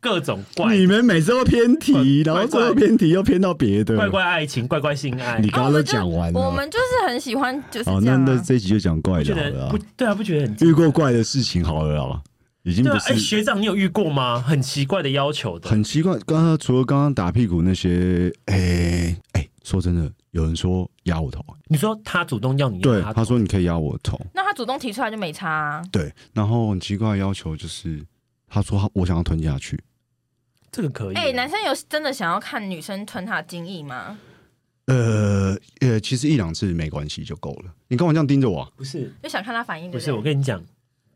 Speaker 1: 各种怪
Speaker 3: 你们每次都偏题，
Speaker 1: 怪
Speaker 3: 然后最
Speaker 1: 怪
Speaker 3: 后
Speaker 1: 怪
Speaker 3: 偏题又偏到别的。
Speaker 1: 怪怪爱情、怪怪性爱
Speaker 3: 你，
Speaker 2: 啊
Speaker 3: 刚
Speaker 2: 我
Speaker 3: 刚都
Speaker 2: 们就
Speaker 3: 讲完了。
Speaker 2: 我们就是很喜欢就是
Speaker 3: 好，
Speaker 2: 这
Speaker 3: 那
Speaker 2: 样、
Speaker 3: 那
Speaker 2: 啊。
Speaker 3: 这一集就讲怪
Speaker 1: 觉
Speaker 3: 的好
Speaker 1: 得
Speaker 3: 了
Speaker 1: 不
Speaker 3: 啊。
Speaker 1: 对啊，不觉得很
Speaker 3: 遇过怪的事情好了啊，已经
Speaker 1: 对
Speaker 3: 不
Speaker 1: 啊？哎，
Speaker 3: 是
Speaker 1: 学长，你有遇过吗？很奇怪的要求的，
Speaker 3: 很奇怪。刚刚除了刚刚打屁股那些，哎哎，说真的，有人说压我头，
Speaker 1: 你说他主动要你
Speaker 3: 对，
Speaker 1: 他
Speaker 3: 他说你可以压我头，
Speaker 2: 那他主动提出来就没差、啊，
Speaker 3: 对。然后很奇怪的要求就是，他说他我想要吞下去，
Speaker 1: 这个可以啊
Speaker 3: 啊
Speaker 2: 哎、男生有真的想要看女生吞他的精液吗？
Speaker 3: 呃呃，其实一两次没关系就够了。你干嘛这样盯着我啊？
Speaker 1: 不是
Speaker 2: 就想看他反应，
Speaker 1: 不
Speaker 2: 对
Speaker 1: 是，我
Speaker 2: 对？
Speaker 1: 跟你讲，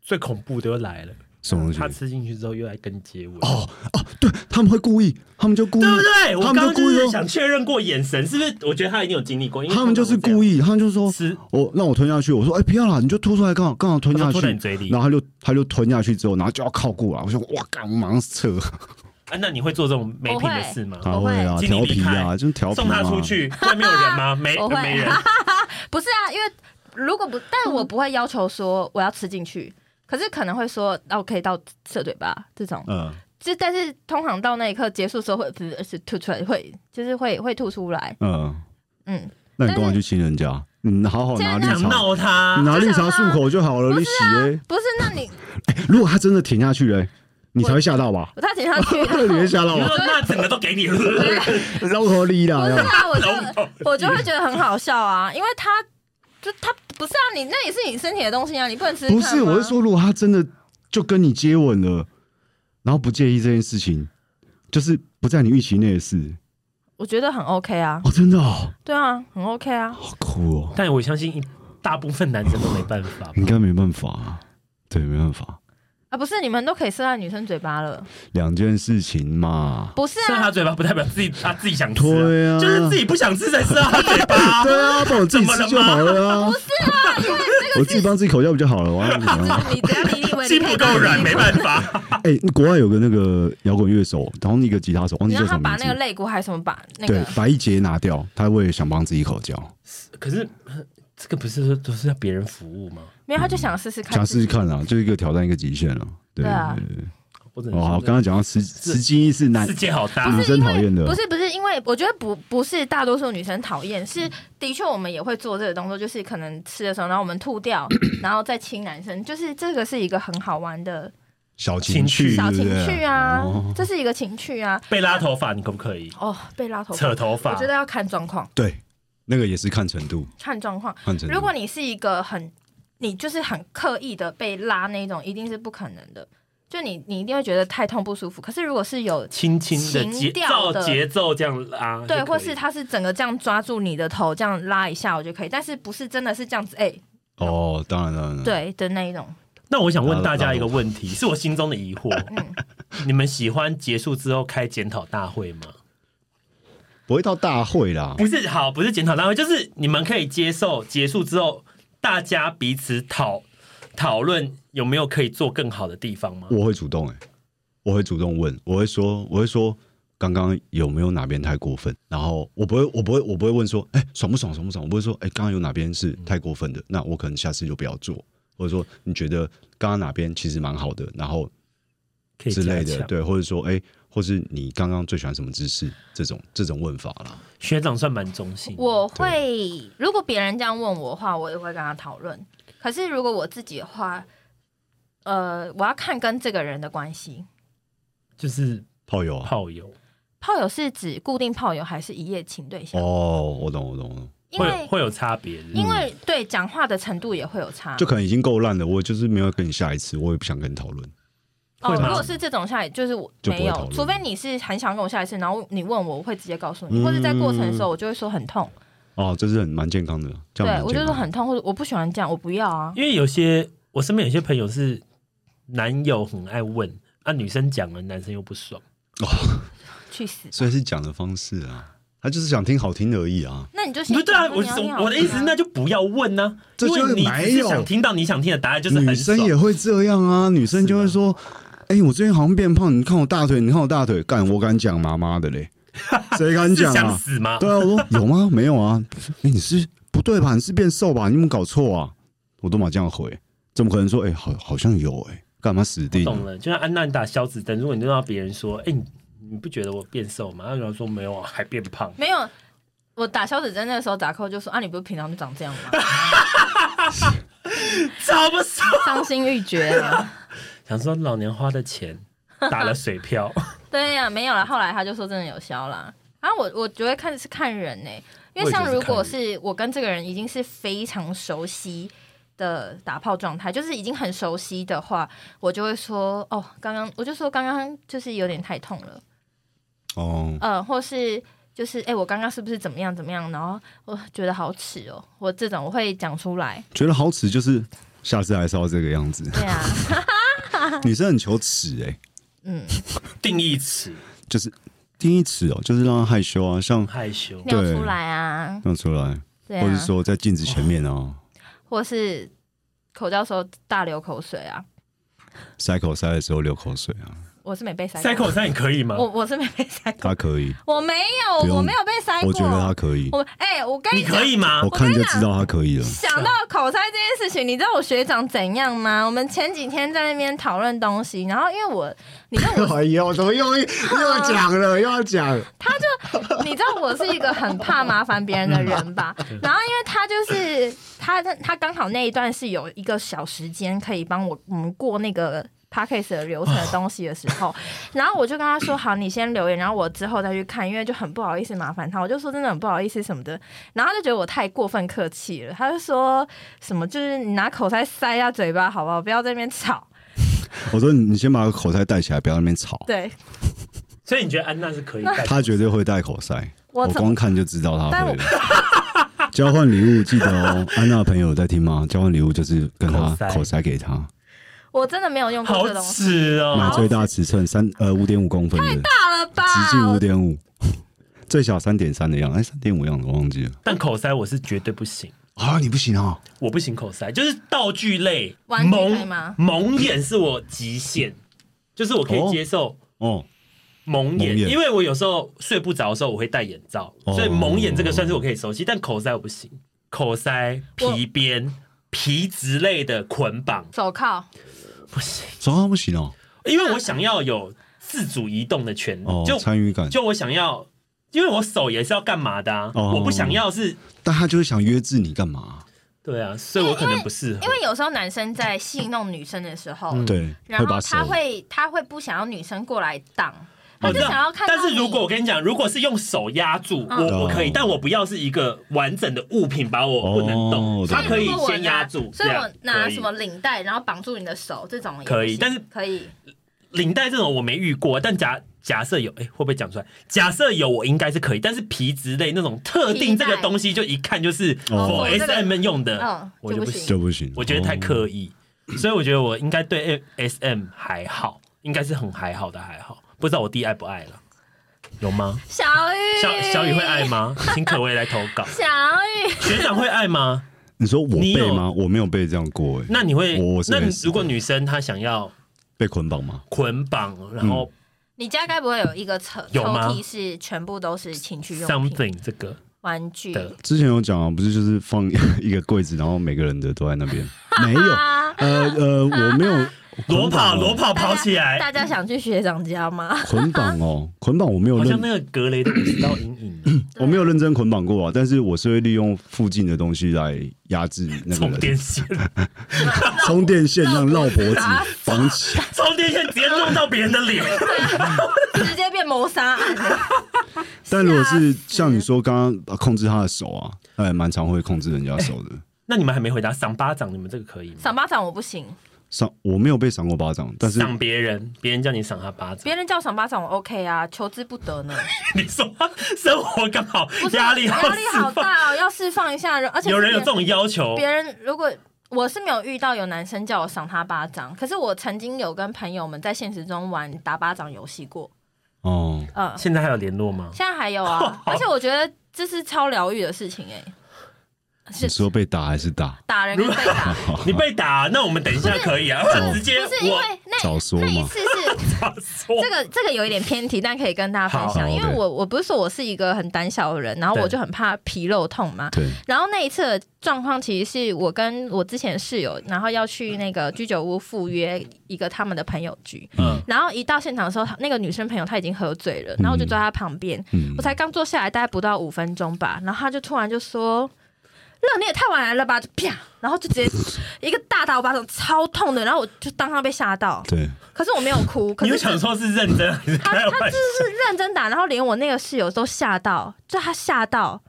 Speaker 1: 最恐怖的又来了，
Speaker 3: 什么
Speaker 1: 他
Speaker 3: 东西？
Speaker 1: 吃进去之后又来跟你接吻。
Speaker 3: 哦哦，对他们会故意，他们就故意
Speaker 1: 对，不对？我
Speaker 3: 他
Speaker 1: 刚刚
Speaker 3: 们就
Speaker 1: 就
Speaker 3: 故意
Speaker 1: 是
Speaker 3: 说
Speaker 1: 想确认过眼神，是不是？我觉得他一定有经历过，因为
Speaker 3: 他们就是故
Speaker 1: 意
Speaker 3: 意，他们就说
Speaker 1: 吃，
Speaker 3: 我让我吞下去，我说哎、不要啦，你就吐出来，刚好刚好吞
Speaker 1: 他
Speaker 3: 下
Speaker 1: 说
Speaker 3: 去
Speaker 1: 吐在你嘴里，
Speaker 3: 然后他就他就吞下去之后，然后就要靠过来，我说哇，干，我马上撤，
Speaker 1: 啊，那你会做这种没品的
Speaker 2: 我会
Speaker 1: 事吗？哦
Speaker 3: 他
Speaker 2: 会
Speaker 3: 啊，
Speaker 1: 请你
Speaker 3: 调
Speaker 1: 离
Speaker 3: 皮啊，
Speaker 1: 开
Speaker 3: 就是调皮
Speaker 1: 送他
Speaker 3: 嘛
Speaker 1: 出，去，外面有人 (laughs) 吗？没，
Speaker 2: 我会
Speaker 1: 没人。
Speaker 2: 不是啊，因为如果不，但我不会要求说我要吃进去，可是可能会说哦，可以到射嘴巴这种。
Speaker 3: 嗯，
Speaker 2: 就但是通常到那一刻结束的时候会，不是是吐出来，会就是会会吐出来。
Speaker 3: 嗯，
Speaker 2: 嗯，
Speaker 3: 那你
Speaker 2: 但
Speaker 3: 干嘛
Speaker 2: 是
Speaker 3: 去亲人家？你好好拿
Speaker 2: 现
Speaker 3: 绿
Speaker 2: 在
Speaker 1: 想
Speaker 3: 茶，
Speaker 1: 闹他
Speaker 3: 你，拿绿
Speaker 2: 就
Speaker 3: 茶
Speaker 2: 想
Speaker 3: 漱
Speaker 2: 到
Speaker 3: 口就好了，你洗耶。
Speaker 2: 不是，那你
Speaker 3: 如果他真的舔下去嘞，你才会吓到吧？
Speaker 2: 我他请他
Speaker 3: (laughs)
Speaker 2: 去，
Speaker 3: 你会吓到
Speaker 1: 你
Speaker 3: 吧？
Speaker 1: 说那整个都给你
Speaker 3: (laughs)
Speaker 1: 了，
Speaker 3: 绕口令啦，这
Speaker 2: 不是
Speaker 3: 样
Speaker 2: 啊，我就
Speaker 1: 龙头
Speaker 2: 我就会觉得很好笑啊，因为他就他不是啊，你那也是你身体的东西啊，你不能吃吃
Speaker 3: 不
Speaker 2: 看吗。
Speaker 3: 是，我是说，如果他真的就跟你接吻了，然后不介意这件事情，就是不在你预期内的事，
Speaker 2: 我觉得很 OK 啊，
Speaker 3: 哦，真的哦，
Speaker 2: 对啊，很 OK 啊。
Speaker 3: 好酷哦。
Speaker 1: 但我相信一大部分男生都没办法吧。
Speaker 3: 应该没办法、啊对，没办法，
Speaker 2: 啊，不是，你们都可以射在女生嘴巴了，
Speaker 3: 两件事情嘛。
Speaker 2: 不是
Speaker 1: 塞
Speaker 2: 啊
Speaker 1: 他？嘴巴不代表自己他自己想吃、
Speaker 3: 对啊
Speaker 1: 就是自己不想吃才塞他嘴巴、
Speaker 3: 对啊，帮我自己吃就好了啊！不是啊，我自己帮自己口交不就好了？我要怎么样？
Speaker 2: 你只要理你
Speaker 1: (laughs)
Speaker 3: 啊
Speaker 2: 为
Speaker 1: 心不够软，没办法。
Speaker 3: 哎、国外有个那个摇滚乐手，然后一个吉他手，忘
Speaker 2: 你
Speaker 3: 记叫
Speaker 2: 让他
Speaker 3: 什么
Speaker 2: 把
Speaker 3: 名字
Speaker 2: 那个。肋骨还是什么把那
Speaker 3: 对
Speaker 2: 个，
Speaker 3: 把一节拿掉，他为了想帮自己口交，
Speaker 1: 可是呃这个不是说都是要别人服务吗？
Speaker 2: 没有，他就想试试看，
Speaker 3: 想试试。看啊，就是一个挑战，一个极限啊。对
Speaker 2: 对啊
Speaker 3: 对对对
Speaker 1: 我只能
Speaker 3: 哦，
Speaker 1: 说
Speaker 3: 好，刚刚嗯讲到十十斤一是男
Speaker 1: 世界好大
Speaker 3: 女，生讨厌的，
Speaker 2: 不是不是，因为我觉得不不是大多数女生讨厌，
Speaker 3: 嗯
Speaker 2: 是的确我们也会做这个动作，就是可能吃的时候，然后我们吐
Speaker 3: (coughs)
Speaker 2: 掉，然后再亲男生，就是这个是一个很好玩的
Speaker 3: 小
Speaker 1: 情趣
Speaker 2: 小情趣啊
Speaker 3: 对不对哦，
Speaker 2: 这是一个情趣啊。
Speaker 1: 被拉头发，你可不可以？
Speaker 2: 哦，被拉头发，
Speaker 1: 扯头发
Speaker 2: 我觉得要看状况，
Speaker 3: 对，那个也是看程度，
Speaker 2: 看状况。
Speaker 3: 看程度。
Speaker 2: 如果你是一个很，你就是很刻意的被拉那种，一定是不可能的。就你，你一定会觉得太痛不舒服。可是如果是有
Speaker 1: 轻轻的节
Speaker 2: 情调
Speaker 1: 照
Speaker 2: 的
Speaker 1: 节奏这样拉，
Speaker 2: 对，
Speaker 1: 就可以
Speaker 2: 或是他是整个这样抓住你的头，这样拉一下，我就可以。但是不是真的是这样子，哎、
Speaker 3: 哦，当然当然，当然，
Speaker 2: 对的那一
Speaker 3: 嗯
Speaker 2: 种。
Speaker 1: 那我想问大家一个问题，是我心中的疑惑：
Speaker 2: 嗯
Speaker 1: 你们喜欢结束之后开检讨大会吗？
Speaker 3: 不会到大会啦，
Speaker 1: 不是好，不是检讨大会，就是你们可以接受结束之后，大家彼此讨讨论有没有可以做更好的地方吗？
Speaker 3: 我会主动哎、我会主动问，我会说，我会说，刚刚有没有哪边太过分？然后我不会，我不会，我不会问说，哎、爽不爽，爽不爽？我不会说，哎、刚刚有哪边是太过分的，那我可能下次就不要做，或者说你觉得刚刚哪边其实蛮好的，然后
Speaker 1: 可以
Speaker 3: 之类
Speaker 1: 加
Speaker 3: 的，
Speaker 1: 强。
Speaker 3: 对，或者说，哎、或是你刚刚最喜欢什么姿势？这种这种问法啦，
Speaker 1: 学长算蛮中性的，
Speaker 2: 我会，如果别人这样问我的话，我也会跟他讨论。可是如果我自己的话，呃，我要看跟这个人的关系。
Speaker 1: 就是
Speaker 3: 炮友啊，
Speaker 1: 炮友，
Speaker 2: 炮友是指固定炮友还是一夜情对象？
Speaker 3: 哦，我懂，我懂，我懂，
Speaker 2: 因
Speaker 1: 会有
Speaker 2: 为
Speaker 1: 会有差别的。
Speaker 2: 因为对讲话的程度也会有差。
Speaker 3: 嗯就可能已经够烂了，我就是没有跟你下一次，我也不想跟你讨论。
Speaker 2: 哦，
Speaker 1: 会吗
Speaker 2: 如果是这种下来，就是我
Speaker 3: 就不
Speaker 2: 没
Speaker 3: 会讨
Speaker 2: 有，
Speaker 3: 论
Speaker 2: 除非你是很想跟我下一次，然后你问我，我会直接告诉你，
Speaker 3: 嗯
Speaker 2: 或者在过程的时候，我就会说很痛，
Speaker 3: 哦，这是很蛮健康的，这
Speaker 2: 对
Speaker 3: 样蛮
Speaker 2: 我
Speaker 3: 健
Speaker 2: 就
Speaker 3: 康
Speaker 2: 说
Speaker 3: 的
Speaker 2: 很痛，或者我不喜欢这样，我不要啊。
Speaker 1: 因为有些我身边有些朋友是男友很爱问，啊女生讲了男生又不爽，
Speaker 2: 去死！
Speaker 3: 所以是讲的方式啊，他就是想听好听而已啊。
Speaker 2: 那你就
Speaker 1: 不
Speaker 2: 先
Speaker 1: 对啊，
Speaker 2: 讲
Speaker 1: 我
Speaker 2: 你要听好
Speaker 1: 我的意思
Speaker 2: 听啊
Speaker 1: 那就不要问呢、啊，
Speaker 3: 这
Speaker 1: 因
Speaker 3: 就是
Speaker 1: 为你
Speaker 3: 没
Speaker 1: 只是
Speaker 3: 有
Speaker 1: 想听到你想听的答案， (laughs) 就是
Speaker 3: 女
Speaker 1: 很
Speaker 3: 生
Speaker 1: 爽
Speaker 3: 也会这样啊，女生就会说：“哎、我最近好像变胖，你看我大腿，你看我大腿，干我敢讲妈妈
Speaker 1: (laughs)
Speaker 3: 的嘞，谁敢
Speaker 1: 是
Speaker 3: 讲
Speaker 1: 想
Speaker 3: 啊？”
Speaker 1: 死
Speaker 3: (laughs)
Speaker 1: 吗？
Speaker 3: 对啊，我说有吗？没有啊。哎、你是不对吧？你是变瘦吧？你有没有搞错啊？我都马这样回，怎么可能说哎、好好像有哎、干嘛死定
Speaker 1: 懂
Speaker 3: 了？
Speaker 1: 了，就像安娜打消脂针，如果你让别人说，哎、你你不觉得我变瘦吗？然后说没有啊，还变胖。
Speaker 2: 没有。我打消脂针那个时候，打扣就说：“啊，你不是平常就长这
Speaker 1: (laughs)
Speaker 2: 样吗？
Speaker 1: 超不瘦。
Speaker 2: 伤心欲绝啊
Speaker 1: 想说老娘花的钱打了水漂，！”
Speaker 2: 对呀、没有了。后来他就说真的有消啦。然、后我我觉得看是看人呢、因为像如果是我跟这个人已经是非常熟悉的打炮状态，就是已经很熟悉的话，我就会说：“哦，刚刚我就说刚刚就是有点太痛了。”
Speaker 3: 哦，
Speaker 2: 呃，或是就是哎、我刚刚是不是怎么样怎么样？然后我觉得好耻哦，我这种我会讲出来。
Speaker 3: 觉得好耻就是下次还是要这个样 (laughs) 子。
Speaker 2: 对啊，
Speaker 3: 女生很求耻哎、
Speaker 2: 嗯，
Speaker 1: 定义词
Speaker 3: 就是第一尺哦，就是让她害羞啊， (laughs) 像
Speaker 1: 害羞。
Speaker 2: (laughs) 尿出来啊，
Speaker 3: 让出来，
Speaker 2: 对
Speaker 3: 或者
Speaker 2: 啊，
Speaker 3: 说在镜子前面啊，
Speaker 2: 或是口交时候大流口水啊，
Speaker 3: 塞口塞的时候流口水啊，
Speaker 2: 我是没被塞
Speaker 1: 塞
Speaker 2: 过
Speaker 1: 口，塞你可以吗？
Speaker 2: 我我是没被塞过，
Speaker 3: 她可以，
Speaker 2: 我没
Speaker 3: 不
Speaker 2: 有，
Speaker 3: 用
Speaker 2: 我没有被塞过，
Speaker 3: 我觉得她可以，
Speaker 2: 我哎、我跟
Speaker 1: 你
Speaker 2: 讲
Speaker 1: 可。以吗
Speaker 3: 我？看就知道她可以了。
Speaker 2: 想到口塞这件事情，你知道我学长怎样吗？我们前几天在那边讨论东西，然后因为我，你知道我
Speaker 3: (laughs) 哎呦，怎么又又讲了，又要讲？
Speaker 2: (laughs) 你知道我是一个很怕麻烦别人的人吧？然后因为他就是他他他刚好那一段是有一个小时间可以帮我我们过那个。p a c k a g e 的流程的东西的时候，然后我就跟他说：“好，你先留言，然后我之后再去看，因为就很不好意思麻烦他。”我就说：“真的很不好意思什么的。”然后他就觉得我太过分客气了，他就说什么：“就是你拿口塞塞一下嘴巴好不好？不要在那边吵。
Speaker 3: (laughs) 我说你先把口塞戴起来，不要在那边吵”。
Speaker 2: 对，
Speaker 1: 所以你觉得安娜是可以带的？
Speaker 3: 她绝对会戴口塞，
Speaker 2: 我
Speaker 3: 我
Speaker 2: 怎么
Speaker 3: 光看就知道她
Speaker 2: 但
Speaker 3: 会
Speaker 2: 我
Speaker 3: 了。 (laughs)
Speaker 2: (laughs)
Speaker 3: 交换礼物记得哦，安娜的朋友有在听吗？交换礼物就是跟她
Speaker 1: 口塞
Speaker 3: 口塞给她，
Speaker 2: 我真的没有用过
Speaker 1: 好
Speaker 2: 这东西，
Speaker 1: 耻
Speaker 3: 买
Speaker 1: 哦！
Speaker 3: 最大尺寸三呃五点五公分的，
Speaker 2: 大了吧？
Speaker 3: 直径五点五， (laughs) 最小三点三的样子，哎三点五样子我忘记了
Speaker 1: 但口塞我是绝对不行，
Speaker 3: 啊，你不行哦，
Speaker 1: 我不行口塞，就是道具类
Speaker 2: 玩具可以吗
Speaker 1: 蒙蒙眼是我极限，就是我可以
Speaker 3: 哦
Speaker 1: 接受
Speaker 3: 哦，
Speaker 1: 蒙眼，
Speaker 3: 蒙眼
Speaker 1: 因为我有时候睡不着的时候我会戴眼罩，
Speaker 3: 哦
Speaker 1: 所以蒙眼这个算是我可以熟悉，但口塞我不行，口塞、皮鞭、皮质类的捆绑
Speaker 2: 手铐。
Speaker 1: 不行，
Speaker 3: 手上不行哦，
Speaker 1: 因为我想要有自主移动的权利，
Speaker 3: 哦，
Speaker 1: 就
Speaker 3: 参与感，
Speaker 1: 就我想要，因为我手也是要干嘛的啊，
Speaker 3: 哦
Speaker 1: 我不想要是，
Speaker 3: 但他就是想约制你干嘛？
Speaker 1: 对啊，所以我可能不适合
Speaker 2: 因。为有时候男生在戏弄女生的时候，
Speaker 1: 嗯
Speaker 3: 对，
Speaker 2: 然后
Speaker 3: 把手
Speaker 2: 他会他会不想要女生过来挡，他
Speaker 1: 我
Speaker 2: 就
Speaker 1: 知道
Speaker 2: 想要看到哎
Speaker 1: 但
Speaker 2: 你。
Speaker 1: 是如果我跟你讲，如果是用手压住
Speaker 2: 嗯
Speaker 1: 我，我可以，
Speaker 3: 哦
Speaker 1: 但我不要是一个完整的物品把我不能动，
Speaker 3: 哦
Speaker 1: 他可以
Speaker 2: 所如果我
Speaker 1: 先压住，
Speaker 2: 所
Speaker 1: 这
Speaker 2: 以
Speaker 1: 样
Speaker 2: 我拿
Speaker 1: 可以
Speaker 2: 什么领带，然后绑住你的手，这种也不
Speaker 1: 可以
Speaker 2: 行
Speaker 1: 但是
Speaker 2: 可以
Speaker 1: 领带这种我没遇过，但假假设有，哎、会不会讲出来？假设有，我应该是可以。但是皮质类那种特定
Speaker 2: 皮带
Speaker 1: 这个东西，就一看就是
Speaker 3: 哦
Speaker 1: for
Speaker 2: 哦这
Speaker 1: S
Speaker 2: 个
Speaker 1: M 用的，
Speaker 2: 嗯
Speaker 1: 我就
Speaker 2: 就不
Speaker 1: 不
Speaker 2: 行
Speaker 1: 行。
Speaker 3: 就不行，
Speaker 1: 我觉得太
Speaker 3: 哦
Speaker 1: 刻意，所以我觉得我应该对 S M 还好，应该是很还好的还好。不知道我弟爱不爱了，有吗？
Speaker 2: 小雨，
Speaker 1: 小小雨会爱？吗？请可薇来投稿。
Speaker 2: 小雨，
Speaker 1: 学长会爱吗？
Speaker 3: 你说我
Speaker 1: 你有
Speaker 3: 被吗？我没有被这样过哎、
Speaker 1: 那你会
Speaker 3: 我我？是
Speaker 1: 那你
Speaker 3: S 的
Speaker 1: 如果女生她想要
Speaker 3: 被捆绑吗？
Speaker 1: 捆绑，然后
Speaker 2: 你家该不会有一个抽抽
Speaker 1: 有吗
Speaker 2: 屉是全部都是情
Speaker 3: 嗯
Speaker 2: 趣用品、
Speaker 1: something 这个
Speaker 2: 玩具？
Speaker 1: 的
Speaker 3: 之前有讲啊，不是就是放一个柜子，然后每个人的都在那
Speaker 1: (laughs)
Speaker 3: 边，没有，呃呃，我没有
Speaker 1: 裸跑裸
Speaker 3: 捆绑
Speaker 1: 跑
Speaker 3: 哦
Speaker 1: 跑起来，
Speaker 2: 大家想去学长家 (laughs) 吗？
Speaker 3: 捆绑哦，捆绑我没有
Speaker 1: 好像
Speaker 3: 认，
Speaker 1: 那个格雷的知道阴影，
Speaker 3: 我没有认真捆绑过啊，但是我是会利用附近的东西来压制那个
Speaker 1: 充电
Speaker 3: 人，
Speaker 1: 线，
Speaker 3: 充电线让绕脖
Speaker 1: (laughs)
Speaker 3: 子绑起，
Speaker 1: 充电线直接弄到别人的
Speaker 3: (laughs)
Speaker 1: 脸，
Speaker 2: 直接变谋杀案了。
Speaker 3: 但如果是像你说刚刚控制他的手啊，他也蛮常会控制人家手
Speaker 1: (laughs)
Speaker 3: 的。
Speaker 1: 那你们还没回答，赏巴掌，你们这个可以吗？
Speaker 2: 赏巴掌我不行，
Speaker 3: 赏我没有被赏过巴掌，但是
Speaker 1: 赏别人，别人叫你赏他巴掌，
Speaker 2: 别人叫赏巴掌我 OK 啊，求之不得呢。
Speaker 1: 你说生活刚好
Speaker 2: 不是
Speaker 1: 压力好
Speaker 2: 压力好
Speaker 1: 释放，
Speaker 2: 大哦，要释放一下。而且
Speaker 1: 有人有
Speaker 2: 是
Speaker 1: 这种要求
Speaker 2: 别，人如果我是没有遇到有男生叫我赏他巴掌，可是我曾经有跟朋友们在现实中玩打巴掌游戏过，
Speaker 3: 哦，
Speaker 2: 嗯，
Speaker 1: 现在还有联络吗？
Speaker 2: 现在还有
Speaker 1: 哦
Speaker 2: 啊，而且我觉得这是超疗愈的事情哎、
Speaker 3: 你说被打还
Speaker 1: (laughs)
Speaker 3: 是打？
Speaker 2: 打人跟被打，
Speaker 3: (laughs)
Speaker 1: 你被打，那我们等一下可以啊，直接
Speaker 2: 不是因
Speaker 1: 我
Speaker 2: 为那
Speaker 3: 早说
Speaker 2: 那一
Speaker 3: 嘛，
Speaker 2: 次是
Speaker 1: 咋说？
Speaker 2: 这个这个有一点偏题，但可以跟大家分
Speaker 3: 好
Speaker 2: 享，因为
Speaker 3: OK
Speaker 2: 我我不是说我是一个很胆小的人，然后
Speaker 1: 对
Speaker 2: 我就很怕皮肉痛嘛。
Speaker 3: 对，
Speaker 2: 然后那一次的状况其实是我跟我之前的室友，然后要去那个居酒屋赴约一个他们的朋友局，
Speaker 1: 嗯
Speaker 2: 然后一到现场的时候，那个女生朋友她已经喝醉了，然后我就坐在她旁边，
Speaker 3: 嗯
Speaker 2: 我，才刚坐下来大概不到五分钟吧，然后她就突然就说。那你也太晚来了吧！就啪，然后就直接一个大打我巴掌，超痛的。然后我就当场被吓到，
Speaker 3: 对，
Speaker 2: 可是我没有哭。可
Speaker 1: 你
Speaker 2: 是
Speaker 1: 有想说是认真还是
Speaker 2: 他
Speaker 1: 开
Speaker 2: 他
Speaker 1: 玩笑？
Speaker 2: 就是认真打，然后连我那个室友都吓到，就他吓到，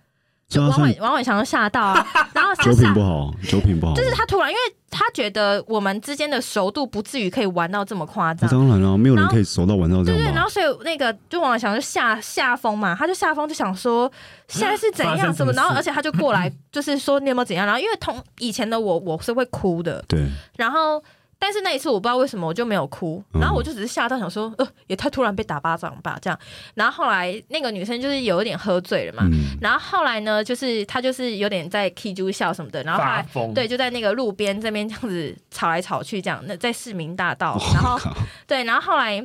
Speaker 3: 这样
Speaker 2: 王
Speaker 3: 算
Speaker 2: 伟王伟强都吓
Speaker 1: (laughs)
Speaker 2: 到啊，然后他
Speaker 3: 酒品
Speaker 2: 吓
Speaker 3: 不。好，酒品不好，
Speaker 2: 就是他突然，因为他觉得我们之间的熟度不至于可以玩到这么夸
Speaker 3: 那
Speaker 2: 张，
Speaker 3: 当然了，没有人
Speaker 2: 然后
Speaker 3: 可以熟到玩到这
Speaker 2: 对对，
Speaker 3: 样
Speaker 2: 然
Speaker 3: 吧
Speaker 2: 后？所以那个就王伟强就下下风嘛，他就下风就想说现在是怎
Speaker 1: 啊发生
Speaker 2: 样
Speaker 1: 什
Speaker 2: 怎
Speaker 1: 么
Speaker 2: 么，然后
Speaker 1: 事
Speaker 2: 而且他就过来就是说你有没有怎样，然后因为同以前的我我是会哭的，
Speaker 3: 对，
Speaker 2: 然后，但是那一次我不知道为什么我就没有哭，
Speaker 3: 嗯
Speaker 2: 然后我就只是吓到想说，呃，也太突然被打巴掌吧这样。然后后来那个女生就是有一点喝醉了嘛，
Speaker 3: 嗯，
Speaker 2: 然后后来呢，就是她就是有点在 K 猪笑什么的，然后后
Speaker 1: 发
Speaker 2: 来
Speaker 1: 疯，
Speaker 2: 对就在那个路边这边这样子吵来吵去这样，那在市民大道
Speaker 3: (laughs) 哦，
Speaker 2: 然后
Speaker 3: 靠
Speaker 2: 对，然后后来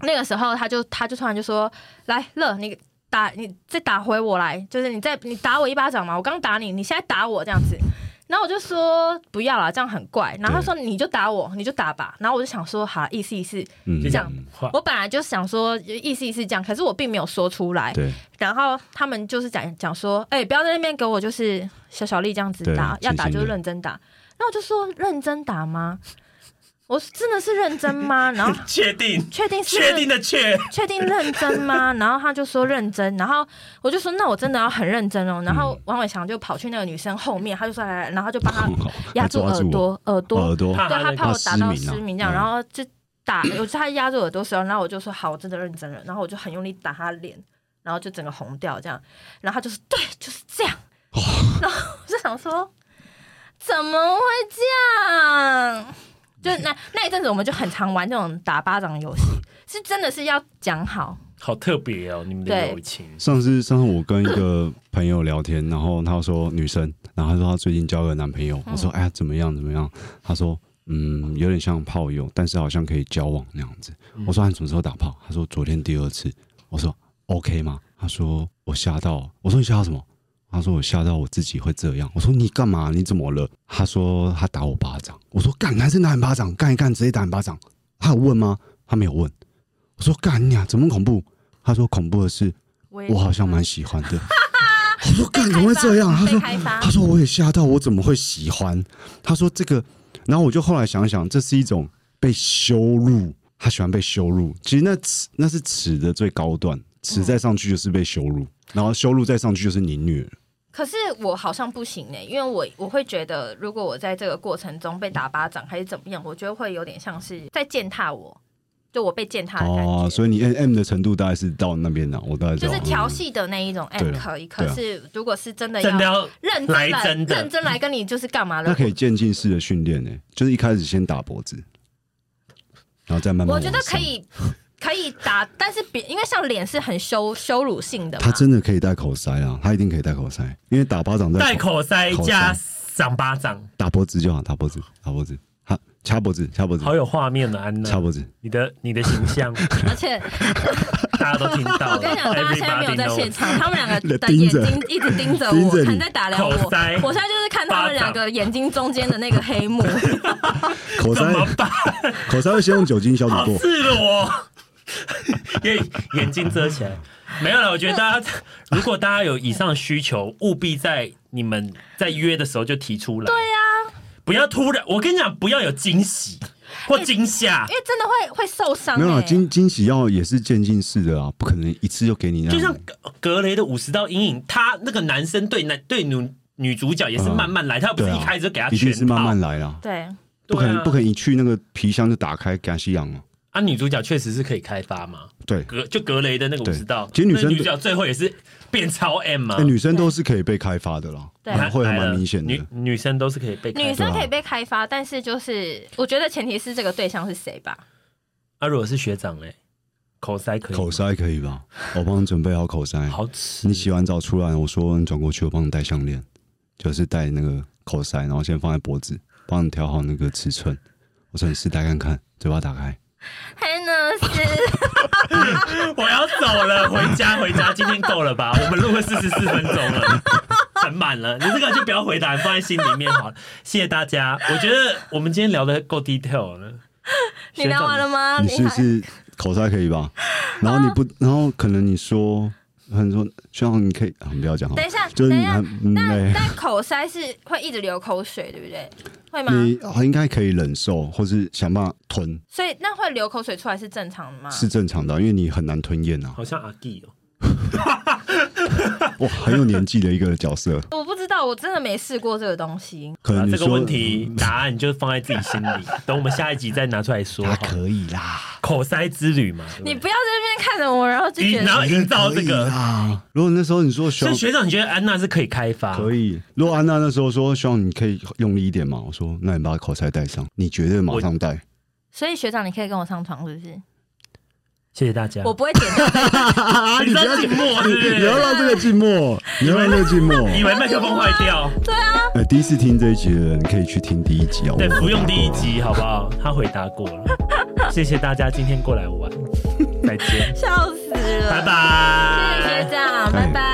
Speaker 2: 那个时候她就她就突然就说，来乐你。打你再打回我来，就是你再你打我一巴掌嘛，我刚打你，你现在打我这样子，然后我就说不要啦，这样很怪。然后他说你就打我，你就打吧。然后我就想说，好啦，意思意思。
Speaker 3: 嗯
Speaker 1: 就
Speaker 2: 这
Speaker 1: 讲
Speaker 2: 样
Speaker 1: 话，
Speaker 2: 我本来就想说意思意思这样，可是我并没有说出来。
Speaker 3: 对，
Speaker 2: 然后他们就是讲讲说，哎、不要在那边给我就是小小力这样子
Speaker 3: 对
Speaker 2: 打，要打
Speaker 3: 轻轻
Speaker 2: 就
Speaker 3: 的
Speaker 2: 是认真打。然后我就说认真打吗？我说真的是认真吗？然后
Speaker 1: 确定
Speaker 2: 确定是
Speaker 1: 确定的确，
Speaker 2: 确定认真吗？然后他就说认真，然后我就说那我真的要很认真哦。然后王伟强就跑去那个女生后面，他就说来来，来然后就帮
Speaker 3: (laughs)
Speaker 2: 他压
Speaker 3: 还
Speaker 2: 住
Speaker 3: 抓
Speaker 2: 耳
Speaker 3: 住我，
Speaker 2: 朵，耳朵
Speaker 3: 哦耳朵，
Speaker 1: 怕
Speaker 2: 对
Speaker 1: 他
Speaker 2: 他
Speaker 1: 那
Speaker 2: 怕
Speaker 1: 个
Speaker 2: 我打到
Speaker 3: 失
Speaker 2: 失
Speaker 3: 明啊
Speaker 2: 明这样，然后就打，我就他压住耳朵时候，然后我就说好，我真的认真了，然后我就很用力打他脸，然后就整个红掉这样，然后他就是对，就是这样，然后我就想说怎么会这样？就那那一阵子，我们就很常玩这种打巴掌游戏，是真的是要讲好，
Speaker 1: 好特别哦，你们的
Speaker 2: 对
Speaker 1: 友情。
Speaker 3: 上次上次我跟一个朋友聊天，然后她说女生，然后她说她最近交了男朋友，我说哎呀怎么样怎么样，她说嗯有点像炮友，但是好像可以交往那样子。我说啊你什么时候打炮？她说昨天第二次。我说 OK 吗？她说我吓到。我说你吓到什么？她说我吓到我自己会这样。我说你干嘛？你怎么了？她说她打我巴掌。我说干男生打你巴掌，干一干直接打你巴掌。她有问吗？她没有问。我说干你啊，怎么恐怖？她说恐怖的是
Speaker 2: 我嗯
Speaker 3: 我好像蛮喜欢
Speaker 2: (laughs)
Speaker 3: 的。我说干怎么会这样？他
Speaker 2: 被
Speaker 3: 说 (laughs)
Speaker 2: 开发
Speaker 3: 他，说我也吓到，我怎么会喜欢？他说这个，然后我就后来想想，这是一种被羞辱，他喜欢被羞辱。其实那耻那是耻的最高段，耻再上去就是被羞辱，然后羞辱再上去就是凌虐。
Speaker 2: 可是我好像不行呢、因为我我会觉得，如果我在这个过程中被打巴掌还是怎么样，我觉得会有点像是在践踏我，就我被践踏的感觉。
Speaker 3: 哦，所以你 M M 的程度大概是到那边了，我大概知
Speaker 2: 就
Speaker 3: 道嗯
Speaker 2: 是调。戏的那一种
Speaker 3: 对
Speaker 2: M
Speaker 3: 了
Speaker 2: 可以，
Speaker 3: 对
Speaker 2: 可
Speaker 3: 啊
Speaker 2: 是如果是真的要
Speaker 1: 真的要
Speaker 2: 认真
Speaker 1: 来
Speaker 2: 来
Speaker 1: 真的
Speaker 2: 认真来跟你就是干嘛
Speaker 3: 嗯
Speaker 2: 了？
Speaker 3: 那可以渐进式的训练呢，就是一开始先打脖子，然后再慢慢。
Speaker 2: 我觉得可。以可以打，但是别因为像脸是很羞羞辱性的嘛
Speaker 3: 他，真的可以戴口塞啊，他一定可以戴口塞，因为打巴掌在
Speaker 1: 戴口塞
Speaker 3: 口塞
Speaker 1: 加赏巴掌，
Speaker 3: 打脖子就好，打脖子，打脖子，好，掐脖子，掐脖子
Speaker 1: 好，有画面的哦安
Speaker 3: 掐
Speaker 1: 娜，
Speaker 3: 脖子，
Speaker 1: 你的你的形 (laughs) 象
Speaker 2: 而且
Speaker 1: 大家都听到
Speaker 2: 我跟你讲，大家现在没有
Speaker 1: (laughs) everybody
Speaker 2: 在
Speaker 1: knows
Speaker 2: 现场，他们两
Speaker 3: (laughs)
Speaker 2: 个的
Speaker 3: 盯
Speaker 2: 眼
Speaker 3: 着
Speaker 2: 睛一直盯着
Speaker 3: (laughs) 盯
Speaker 2: 我
Speaker 3: 着，你
Speaker 2: 看在打量我。
Speaker 1: 口塞
Speaker 2: 我现在就是看他们两个眼睛中间的那个黑
Speaker 3: (laughs)
Speaker 2: 幕，
Speaker 3: 口
Speaker 1: 怎
Speaker 3: 塞，
Speaker 1: 么办？
Speaker 3: (laughs) 口塞会先用酒精消
Speaker 1: 好
Speaker 3: 毒过，
Speaker 1: 刺了我， (laughs) 眼眼睛遮起来。没有了，我觉得
Speaker 2: (laughs)
Speaker 1: 大家如果大家有以上需求，务必在你们在约的时候就提出来。对呀、
Speaker 2: 啊
Speaker 1: 不要突然，我跟你讲，不要有惊喜
Speaker 2: 哎
Speaker 1: 或惊吓
Speaker 2: 因，为真的会会受伤、欸。
Speaker 3: 没有啊，惊惊喜药也是渐进式的啊，不可能一次就给你那
Speaker 1: 就
Speaker 3: 样，
Speaker 1: 像格格雷的五十道阴影，他那个男生对男对女女主角也是慢慢来，他不是
Speaker 3: 对啊
Speaker 1: 一开始就给他
Speaker 3: 一
Speaker 1: 全
Speaker 3: 定
Speaker 1: 套，
Speaker 3: 是慢慢来啦，
Speaker 2: 对，
Speaker 3: 不可
Speaker 1: 对
Speaker 3: 能
Speaker 1: 啊
Speaker 3: 不可能一去那个皮箱就打开给他吸氧啊，
Speaker 1: 啊，女主角确实是可以开发嘛，
Speaker 3: 对，
Speaker 1: 格就格雷的那个我
Speaker 3: 对
Speaker 1: 知道，
Speaker 3: 其实女生
Speaker 1: 那女主角最后也是变超 M 嘛，
Speaker 3: 哎女生都是可以被开发的啦，
Speaker 2: 对
Speaker 3: 然后会还
Speaker 1: 来了
Speaker 3: 蛮明显的
Speaker 1: 女，女生都是可以被
Speaker 2: 女
Speaker 1: 开发。
Speaker 2: 生可以被开发，但是就是我觉得前提是这个对象是谁吧。
Speaker 1: 啊，如果是学长嘞，口塞可以吗，
Speaker 3: 口塞可以吧？我帮你准备好口塞，
Speaker 1: 好吃
Speaker 3: 你。洗完澡出来，我说你转过去，我帮你戴项链，就是戴那个口塞，然后先放在脖子，帮你调好那个尺寸。我说你试戴看看，嘴巴打开， (laughs)
Speaker 2: Hennessy，
Speaker 1: 我要走了，回家回家，今天够了吧？ (laughs) 我们录了四十四分钟了，很满了。你这个就不要回答，你放在心里面好了。谢谢大家，我觉得我们今天聊的够 detail 了。
Speaker 2: 啊你聊完了吗？
Speaker 3: 你是不
Speaker 2: 还
Speaker 3: 是口才可以吧？然后你不，然后可能你说，很多，希望你可以，啊、不要讲好了
Speaker 2: 等一下，
Speaker 3: 就
Speaker 2: 等
Speaker 3: 是
Speaker 2: 一
Speaker 3: 你
Speaker 2: 下
Speaker 3: 很，嗯
Speaker 2: 但
Speaker 3: 累，
Speaker 2: 但口塞是会一直流口水，对不对？会吗？
Speaker 3: 你啊应该可以忍受，或是想办法吞
Speaker 2: 所以那会流口水出来是正常的吗？
Speaker 3: 是正常的，因为你很难吞咽啊。
Speaker 1: 好像阿弟哦，
Speaker 3: 哇，很有年纪的一个角色，
Speaker 2: 我不知道，我真的没试过这个东西。
Speaker 3: 可
Speaker 1: 啊
Speaker 3: 能呃你
Speaker 1: 这个
Speaker 3: 说
Speaker 1: 问题答案就放在自己心里，等我们下一集再拿出来说
Speaker 3: (laughs) 他
Speaker 1: 好了。
Speaker 3: 可以啦，
Speaker 1: 口塞之旅嘛，对不对
Speaker 2: 你不要在那边看着我，然后就
Speaker 1: 你
Speaker 2: 觉
Speaker 1: 然
Speaker 2: 得
Speaker 1: 后营造这
Speaker 3: 可以
Speaker 1: 个。
Speaker 3: 啦。如果那时候你说希
Speaker 1: 所以
Speaker 3: 望
Speaker 1: 学长，你觉得安娜是可以开发？
Speaker 3: 可以，如果安娜那时候说希望你可以用力一点嘛，我说那你把口才带上，你绝对马上带。
Speaker 2: 所以学长，你可以跟我上床是不是？
Speaker 1: 啊谢谢大家。
Speaker 2: 我不会剪掉，
Speaker 3: 啊
Speaker 1: 你在寂寞是不
Speaker 3: 你要
Speaker 1: 是？
Speaker 3: 让这个寂寞，你要让这个寂
Speaker 1: 以
Speaker 3: 寞。
Speaker 1: 为麦克风坏掉？
Speaker 3: 呃，第一次听这一集的人可以去听第一集哦。
Speaker 1: 对
Speaker 3: 我，们
Speaker 1: 不用第一
Speaker 3: 有打过
Speaker 1: 集好不好？他回答过了。谢谢大家今天过来玩，再见，
Speaker 2: 笑死
Speaker 1: (laughs)
Speaker 2: 了。
Speaker 1: 拜拜。
Speaker 2: 哎
Speaker 3: 哎
Speaker 2: 谢谢学长，拜拜。